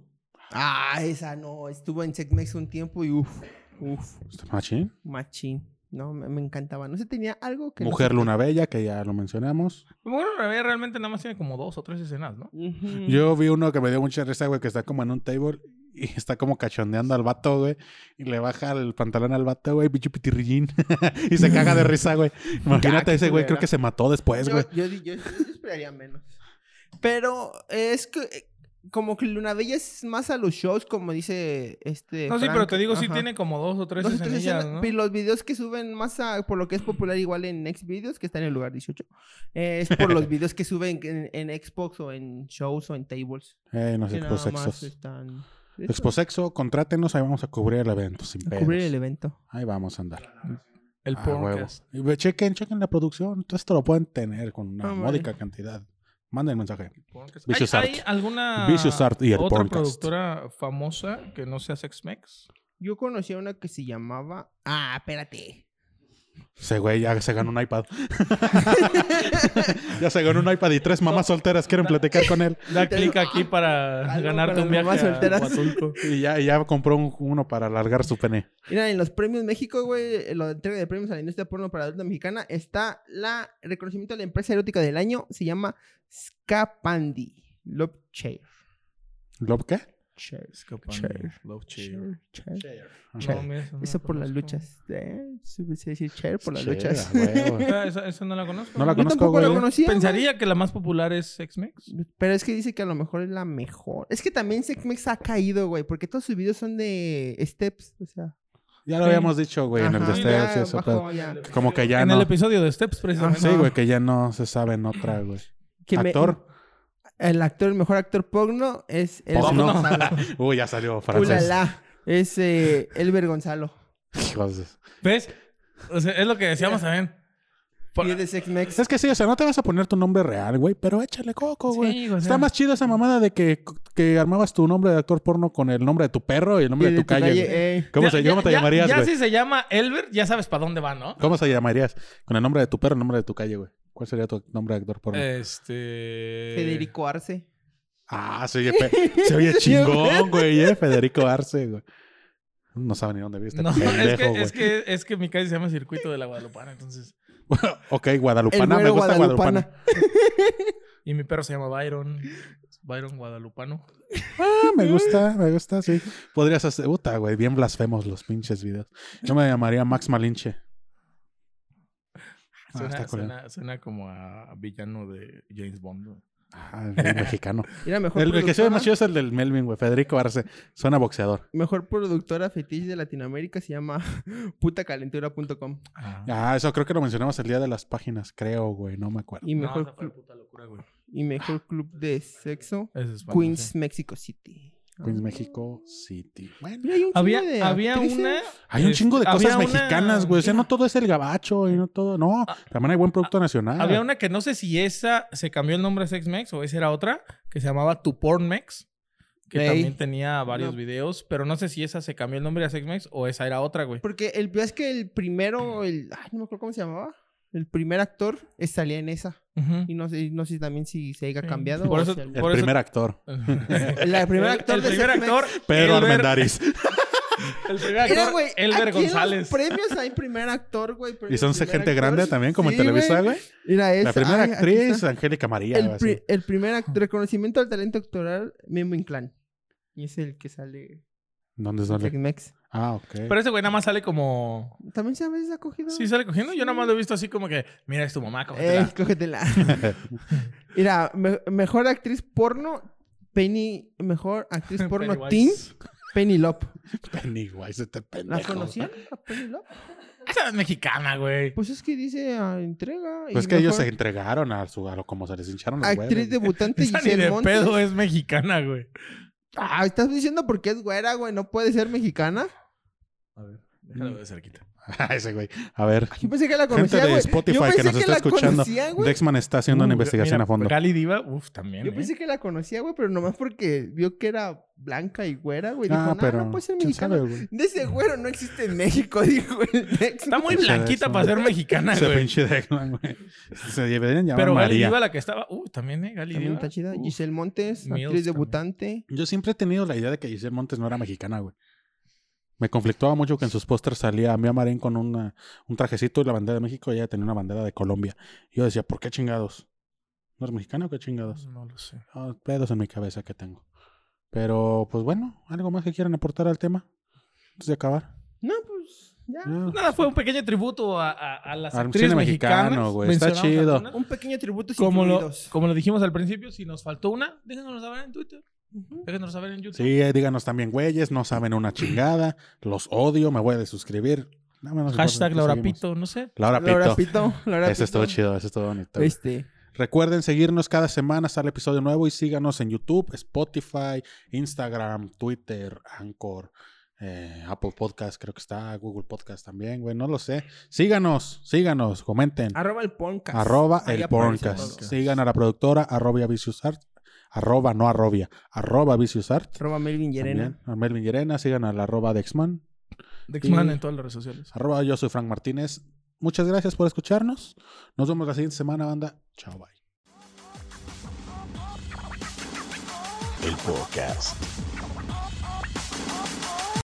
[SPEAKER 4] Ah, esa no. Estuvo en SexMax un tiempo y uff, uff,
[SPEAKER 2] Está Machín.
[SPEAKER 4] machín. No, me, me encantaba. No sé, tenía algo que... no
[SPEAKER 2] Mujer Luna Bella, que ya lo mencionamos.
[SPEAKER 3] Bueno, la verdad, realmente nada más tiene como dos o tres escenas, ¿no?
[SPEAKER 4] Ujú.
[SPEAKER 2] Yo vi uno que me dio mucha risa, güey, que está como en un table y (laughs) está como cachondeando al vato, güey. Y le baja el pantalón al vato, güey, pinche pitirrillín. (laughs) y se caga de risa,
[SPEAKER 4] (laughs)
[SPEAKER 2] güey.
[SPEAKER 4] Ya, qué
[SPEAKER 2] Imagínate ese, güey, creo
[SPEAKER 4] culera.
[SPEAKER 2] que se mató después,
[SPEAKER 4] yo,
[SPEAKER 2] güey.
[SPEAKER 4] yo di- yo- yo esperaría menos. Pero es que eh, como que Luna Bella es más a los shows, como dice este.
[SPEAKER 3] No, sí,
[SPEAKER 4] Frank.
[SPEAKER 3] pero te digo, sí
[SPEAKER 4] Ajá.
[SPEAKER 3] tiene como dos o tres
[SPEAKER 4] Dos o tres
[SPEAKER 3] escenillas,
[SPEAKER 4] escenas,
[SPEAKER 3] ¿no?
[SPEAKER 4] Y los videos que suben más a- por lo que es popular igual en Next Videos, que está en el lugar 18, eh, es por
[SPEAKER 2] (laughs)
[SPEAKER 4] los videos que suben en, en Xbox o en shows o en tables.
[SPEAKER 2] Eh, no sé,
[SPEAKER 4] que nada más este,
[SPEAKER 2] exposexos.
[SPEAKER 4] están.
[SPEAKER 2] Exposexo, contrátenos, ahí vamos a cubrir el evento, sin
[SPEAKER 4] A cubrir el
[SPEAKER 2] pedos.
[SPEAKER 4] evento.
[SPEAKER 2] Ahí vamos a andar.
[SPEAKER 3] El
[SPEAKER 2] A
[SPEAKER 3] podcast.
[SPEAKER 2] Ah, huevo. Y ve, chequen, chequen la producción. Todo esto lo pueden tener con una
[SPEAKER 4] Ah,
[SPEAKER 2] módica cantidad. Manden mensaje.
[SPEAKER 3] Porncast.
[SPEAKER 2] Vicious
[SPEAKER 3] ¿Hay, hay
[SPEAKER 2] Art.
[SPEAKER 3] alguna
[SPEAKER 2] Vicious Art y el
[SPEAKER 3] otra
[SPEAKER 2] Porncast.
[SPEAKER 3] productora famosa que no sea Sex Mex?
[SPEAKER 4] Yo conocí a una que se llamaba. Ah, espérate.
[SPEAKER 2] Ese güey ya se ganó un
[SPEAKER 4] (laughs)
[SPEAKER 2] iPad. (laughs) ya se ganó un iPad y tres mamás solteras quieren platicar con él.
[SPEAKER 3] Da clic aquí para
[SPEAKER 4] Algo
[SPEAKER 3] ganarte
[SPEAKER 4] para
[SPEAKER 3] un
[SPEAKER 4] las
[SPEAKER 3] viaje
[SPEAKER 4] mamás
[SPEAKER 3] a
[SPEAKER 4] solteras.
[SPEAKER 3] Huatulco.
[SPEAKER 4] (laughs)
[SPEAKER 2] Y ya, y ya compró un- uno para alargar su pene.
[SPEAKER 4] Mira, en los premios México, güey, en la entrega de premios a la industria porno para adultos mexicana, está la reconocimiento de la empresa erótica del año, se llama Scapandi Love Chair.
[SPEAKER 2] ¿Glob qué?
[SPEAKER 4] Chairs.
[SPEAKER 3] Chairs. Love cheer.
[SPEAKER 2] Chair.
[SPEAKER 4] Chair.
[SPEAKER 3] No, me- eso no
[SPEAKER 4] Eso
[SPEAKER 3] la
[SPEAKER 4] por las
[SPEAKER 3] conozco.
[SPEAKER 4] luchas. Eh, Se me decía decir chair por las
[SPEAKER 2] Chair,
[SPEAKER 4] luchas.
[SPEAKER 2] a huevo.
[SPEAKER 3] Ah, Eso, eso no la conozco.
[SPEAKER 2] No la
[SPEAKER 4] Yo
[SPEAKER 2] conozco,
[SPEAKER 4] tampoco la
[SPEAKER 2] güey.
[SPEAKER 4] conocía. güey.
[SPEAKER 3] Pensaría que la más popular es X-Mex.
[SPEAKER 4] Pero es que dice que a lo mejor es la mejor. Es que también Sexmex ha caído, güey, porque todos sus videos son de steps, o sea.
[SPEAKER 2] Ya lo habíamos dicho, güey, en el
[SPEAKER 4] Ajá.
[SPEAKER 2] de
[SPEAKER 4] Ya
[SPEAKER 2] Steps y eso,
[SPEAKER 4] bajó,
[SPEAKER 2] pero
[SPEAKER 4] ya.
[SPEAKER 2] Como que ya
[SPEAKER 3] en
[SPEAKER 2] no.
[SPEAKER 3] el episodio de Steps, precisamente.
[SPEAKER 2] Sí, güey, que ya no se sabe en otra, güey.
[SPEAKER 4] Que me-
[SPEAKER 2] Actor.
[SPEAKER 4] el actor, el mejor actor porno es el
[SPEAKER 2] Porno.
[SPEAKER 4] Gonzalo.
[SPEAKER 2] Uy, ya salió (laughs) francés.
[SPEAKER 4] Ulala. Es eh, Elber Gonzalo.
[SPEAKER 2] Hijos de-
[SPEAKER 3] ¿Ves? O sea, es lo que decíamos también. Por-
[SPEAKER 4] Y es de Sexmex.
[SPEAKER 2] Es que sí, o sea, no te vas a poner tu nombre real, güey, pero échale coco,
[SPEAKER 3] Sí,
[SPEAKER 2] güey.
[SPEAKER 3] o sea.
[SPEAKER 2] Está más chido esa mamada de que, que armabas tu nombre de actor porno con el nombre de tu perro y el nombre
[SPEAKER 4] Y
[SPEAKER 2] de, tu calle. güey.
[SPEAKER 4] eh.
[SPEAKER 2] ¿Cómo,
[SPEAKER 3] Ya-
[SPEAKER 2] se,
[SPEAKER 3] ya-
[SPEAKER 2] ¿cómo te
[SPEAKER 3] ya-
[SPEAKER 2] llamarías,
[SPEAKER 3] Ya
[SPEAKER 2] güey?
[SPEAKER 3] si se llama Elbert, ya sabes para dónde va, ¿no?
[SPEAKER 2] ¿Cómo se llamarías? Con el nombre de tu perro, el nombre de tu calle, güey. ¿Cuál sería tu nombre de actor porno?
[SPEAKER 3] Este.
[SPEAKER 4] Federico Arce.
[SPEAKER 2] Ah, se oye, pe- se oye chingón, güey, eh, Federico Arce, güey. No sabe ni dónde viste.
[SPEAKER 3] No, (laughs) es
[SPEAKER 2] Este pendejo,
[SPEAKER 3] que,
[SPEAKER 2] güey.
[SPEAKER 3] es, que, es que mi calle se llama Circuito de la Guadalupana, entonces.
[SPEAKER 2] ok, Guadalupana,
[SPEAKER 4] El
[SPEAKER 2] me
[SPEAKER 4] güero
[SPEAKER 2] gusta Guadalupana.
[SPEAKER 4] Guadalupana.
[SPEAKER 3] Y mi perro se llama Byron. Byron Guadalupano.
[SPEAKER 2] Ah, me gusta, me gusta, sí. Podrías hacer, puta, güey, bien blasfemos los pinches videos. Yo me llamaría Max Malinche. Ah,
[SPEAKER 3] Suena,
[SPEAKER 2] está culero.
[SPEAKER 3] suena- suena como a villano de James Bond. güey.
[SPEAKER 2] Ah, bien mexicano.
[SPEAKER 4] Era mejor
[SPEAKER 2] El, el que se ve
[SPEAKER 4] productora.
[SPEAKER 2] más chido es el del Melvin, güey. Federico Arce. Suena boxeador.
[SPEAKER 4] Mejor productora fetiche de Latinoamérica se llama (laughs) putacalentura.com.
[SPEAKER 2] Ah, eso creo que lo mencionamos el día de las páginas, creo, güey. No me acuerdo.
[SPEAKER 4] Y mejor,
[SPEAKER 3] No, esa fue
[SPEAKER 4] club,
[SPEAKER 3] puta locura, güey.
[SPEAKER 4] y mejor club de sexo,
[SPEAKER 3] Ese es España,
[SPEAKER 4] Queens,
[SPEAKER 3] sí.
[SPEAKER 4] Mexico City.
[SPEAKER 2] Queens,
[SPEAKER 4] Ah.
[SPEAKER 2] México City. Bueno.
[SPEAKER 4] Mira, hay un chingo
[SPEAKER 3] Había,
[SPEAKER 4] de
[SPEAKER 3] había
[SPEAKER 4] actrices.
[SPEAKER 3] una.
[SPEAKER 2] Hay un
[SPEAKER 3] este,
[SPEAKER 2] chingo de cosas
[SPEAKER 3] había una-
[SPEAKER 2] mexicanas, güey. O sea, no todo es el gabacho y no todo. No,
[SPEAKER 4] Ah,
[SPEAKER 2] también hay buen producto nacional.
[SPEAKER 3] Había una que no sé si esa se cambió el nombre a Sexmex o esa era otra, que se llamaba Tu Pornmex, que
[SPEAKER 4] Ey.
[SPEAKER 3] también tenía varios
[SPEAKER 4] No.
[SPEAKER 3] videos, pero no sé si esa se cambió el nombre a Sexmex o esa era otra, güey.
[SPEAKER 4] Porque el peor es que el primero, el, ay, no me acuerdo cómo se llamaba, el primer actor eh, salía en esa.
[SPEAKER 3] (laughs) Ujú.
[SPEAKER 4] Y no sé, no sé también si se haya
[SPEAKER 3] Sí.
[SPEAKER 4] cambiado.
[SPEAKER 3] Por
[SPEAKER 4] o
[SPEAKER 3] eso-
[SPEAKER 4] si algún-
[SPEAKER 2] El
[SPEAKER 3] por eso-
[SPEAKER 2] primer actor.
[SPEAKER 4] (laughs) La- el primer actor
[SPEAKER 3] el
[SPEAKER 4] de
[SPEAKER 3] primer
[SPEAKER 4] Sexmex.
[SPEAKER 3] actor
[SPEAKER 2] Pedro
[SPEAKER 3] Elber-
[SPEAKER 4] (laughs)
[SPEAKER 2] Armendariz.
[SPEAKER 3] El primer
[SPEAKER 4] Era,
[SPEAKER 3] actor
[SPEAKER 4] güey,
[SPEAKER 3] Elber
[SPEAKER 4] aquí en los
[SPEAKER 3] González.
[SPEAKER 4] premios hay primer actor, güey.
[SPEAKER 2] Y
[SPEAKER 4] premios
[SPEAKER 2] son
[SPEAKER 4] primer
[SPEAKER 2] gente
[SPEAKER 4] actor.
[SPEAKER 2] grande también, como en
[SPEAKER 4] Sí,
[SPEAKER 2] Televisa,
[SPEAKER 4] güey.
[SPEAKER 2] güey.
[SPEAKER 4] Mira,
[SPEAKER 2] La
[SPEAKER 4] esa.
[SPEAKER 2] primera
[SPEAKER 4] Ay, aquí
[SPEAKER 2] actriz,
[SPEAKER 4] está.
[SPEAKER 2] Angélica María.
[SPEAKER 4] El,
[SPEAKER 2] güey,
[SPEAKER 4] pri-
[SPEAKER 2] así.
[SPEAKER 4] el primer act- reconocimiento al talento actoral, Memo Inclán. Y es el que sale
[SPEAKER 2] ¿Dónde es
[SPEAKER 4] en
[SPEAKER 2] dónde?
[SPEAKER 4] Tecmex.
[SPEAKER 2] Ah, ok. (laughs)
[SPEAKER 3] Pero ese güey nada más sale como.
[SPEAKER 4] ¿También se habéis acogido?
[SPEAKER 3] Sí, sale cogiendo. Yo nada más lo he visto así como que, mira, es tu mamá, cógetela.
[SPEAKER 4] Eh, cógetela.
[SPEAKER 2] (laughs)
[SPEAKER 4] (laughs) Mira, me- mejor actriz porno, Penny. Mejor (laughs) actriz
[SPEAKER 3] (laughs)
[SPEAKER 4] porno, Teen,
[SPEAKER 3] Pennywise.
[SPEAKER 4] Penny Lop.
[SPEAKER 2] Pennywise, este pendejo.
[SPEAKER 4] ¿La conocían? a Penny Lop?
[SPEAKER 3] Esa es mexicana, güey.
[SPEAKER 4] Pues es que dice ah, entrega. y
[SPEAKER 2] Pues que ellos
[SPEAKER 4] mejor
[SPEAKER 2] se entregaron a, su, a lo como se les hincharon los
[SPEAKER 4] Actriz
[SPEAKER 2] huevos.
[SPEAKER 4] debutante
[SPEAKER 3] Esa ni
[SPEAKER 4] Giselle
[SPEAKER 3] de
[SPEAKER 4] Montes.
[SPEAKER 3] pedo eh. es mexicana, güey.
[SPEAKER 4] Ah, estás diciendo porque es güera, güey. No puede ser mexicana.
[SPEAKER 3] Déjalo de cerquita.
[SPEAKER 2] Ah, Ese güey. (laughs) A ver.
[SPEAKER 4] Yo pensé que la
[SPEAKER 2] Gente
[SPEAKER 4] conocía,
[SPEAKER 2] de
[SPEAKER 4] güey.
[SPEAKER 2] Spotify
[SPEAKER 4] Yo pensé
[SPEAKER 2] que nos está
[SPEAKER 4] la
[SPEAKER 2] escuchando.
[SPEAKER 4] conocía, güey.
[SPEAKER 2] Dexman está haciendo una
[SPEAKER 3] Uh,
[SPEAKER 2] investigación
[SPEAKER 3] mira,
[SPEAKER 2] a fondo. Ah,
[SPEAKER 3] Gali Diva, uff, también.
[SPEAKER 4] Yo
[SPEAKER 3] ¿eh?
[SPEAKER 4] pensé que la conocía, güey, pero nomás porque vio que era blanca y güera, güey. Dijo,
[SPEAKER 2] Ah,
[SPEAKER 4] "Nah,
[SPEAKER 2] pero.
[SPEAKER 4] no puede ser
[SPEAKER 2] ¿quién
[SPEAKER 4] mexicana.
[SPEAKER 2] sabe, güey?
[SPEAKER 4] De ese güero no existe en México, (laughs) dijo el Dex.
[SPEAKER 3] Está muy
[SPEAKER 2] Esa de
[SPEAKER 3] blanquita
[SPEAKER 2] eso.
[SPEAKER 3] para ser mexicana,
[SPEAKER 2] Ese
[SPEAKER 3] güey.
[SPEAKER 2] pinche Dexman, güey. Se deberían llamar
[SPEAKER 3] Pero Gali
[SPEAKER 2] María.
[SPEAKER 3] Diva, la que estaba. Uh, también, ¿eh? Gali
[SPEAKER 4] También
[SPEAKER 3] Diva.
[SPEAKER 4] está chida.
[SPEAKER 3] Uf.
[SPEAKER 4] Giselle Montes,
[SPEAKER 3] Mills también.
[SPEAKER 4] actriz debutante.
[SPEAKER 2] Yo siempre he tenido la idea de que Giselle Montes no era mexicana, güey. Me conflictuaba mucho que en sus pósters salía Mia Marín con una, un trajecito y la bandera de México y ella tenía una bandera de Colombia. Y yo decía, ¿por qué chingados? ¿No eres mexicana o qué chingados?
[SPEAKER 3] pues, No lo sé.
[SPEAKER 2] Ah, pedos en mi cabeza que tengo. Pero, pues bueno, ¿algo más que quieran aportar al tema? Antes de acabar.
[SPEAKER 4] No, pues ya.
[SPEAKER 2] Ya.
[SPEAKER 3] Nada, fue un pequeño tributo a, a, a las
[SPEAKER 2] Al
[SPEAKER 3] actrices
[SPEAKER 2] cine mexicano,
[SPEAKER 3] mexicanas.
[SPEAKER 2] güey, está
[SPEAKER 3] Mencionamos
[SPEAKER 2] chido.
[SPEAKER 3] algunas.
[SPEAKER 4] Un pequeño tributo sin
[SPEAKER 3] Ah. Como lo,
[SPEAKER 4] fluidos.
[SPEAKER 3] como lo dijimos al principio, si nos faltó una, déjenos saber en Twitter. Déjenos saber en YouTube.
[SPEAKER 2] Sí, eh, díganos también, güeyes, no saben una chingada, los odio, me voy a desuscribir. Nada menos
[SPEAKER 3] Hashtag
[SPEAKER 2] importa,
[SPEAKER 3] Laura
[SPEAKER 2] seguimos.
[SPEAKER 3] Pito, no sé.
[SPEAKER 2] Laura Pito.
[SPEAKER 4] Laura Pito. Laura
[SPEAKER 2] Eso estuvo
[SPEAKER 4] Pito.
[SPEAKER 2] chido, eso estuvo bonito. güey.
[SPEAKER 4] Este.
[SPEAKER 2] Recuerden seguirnos cada semana, sale episodio nuevo y síganos en YouTube, Spotify, Instagram, Twitter, Anchor, eh, Apple Podcast, creo que está, Google Podcast también, güey, no lo sé. Síganos, síganos, comenten.
[SPEAKER 4] Arroba el Porncast.
[SPEAKER 2] Arroba
[SPEAKER 4] Ahí
[SPEAKER 2] el
[SPEAKER 4] aparece
[SPEAKER 2] podcast.
[SPEAKER 4] todo.
[SPEAKER 2] Sigan a la productora, arroba Vicious Art, arroba, no arrobia, arroba Vicious Art.
[SPEAKER 4] Arroba Melvin Llerena.
[SPEAKER 2] También, a Melvin Llerena, sigan a la arroba Dexman,
[SPEAKER 3] Dexman
[SPEAKER 2] Y-
[SPEAKER 3] en todas las redes sociales.
[SPEAKER 2] arroba yo soy Frank Martínez. Muchas gracias por escucharnos. Nos vemos la siguiente semana, banda. Chao, bye.
[SPEAKER 1] El podcast.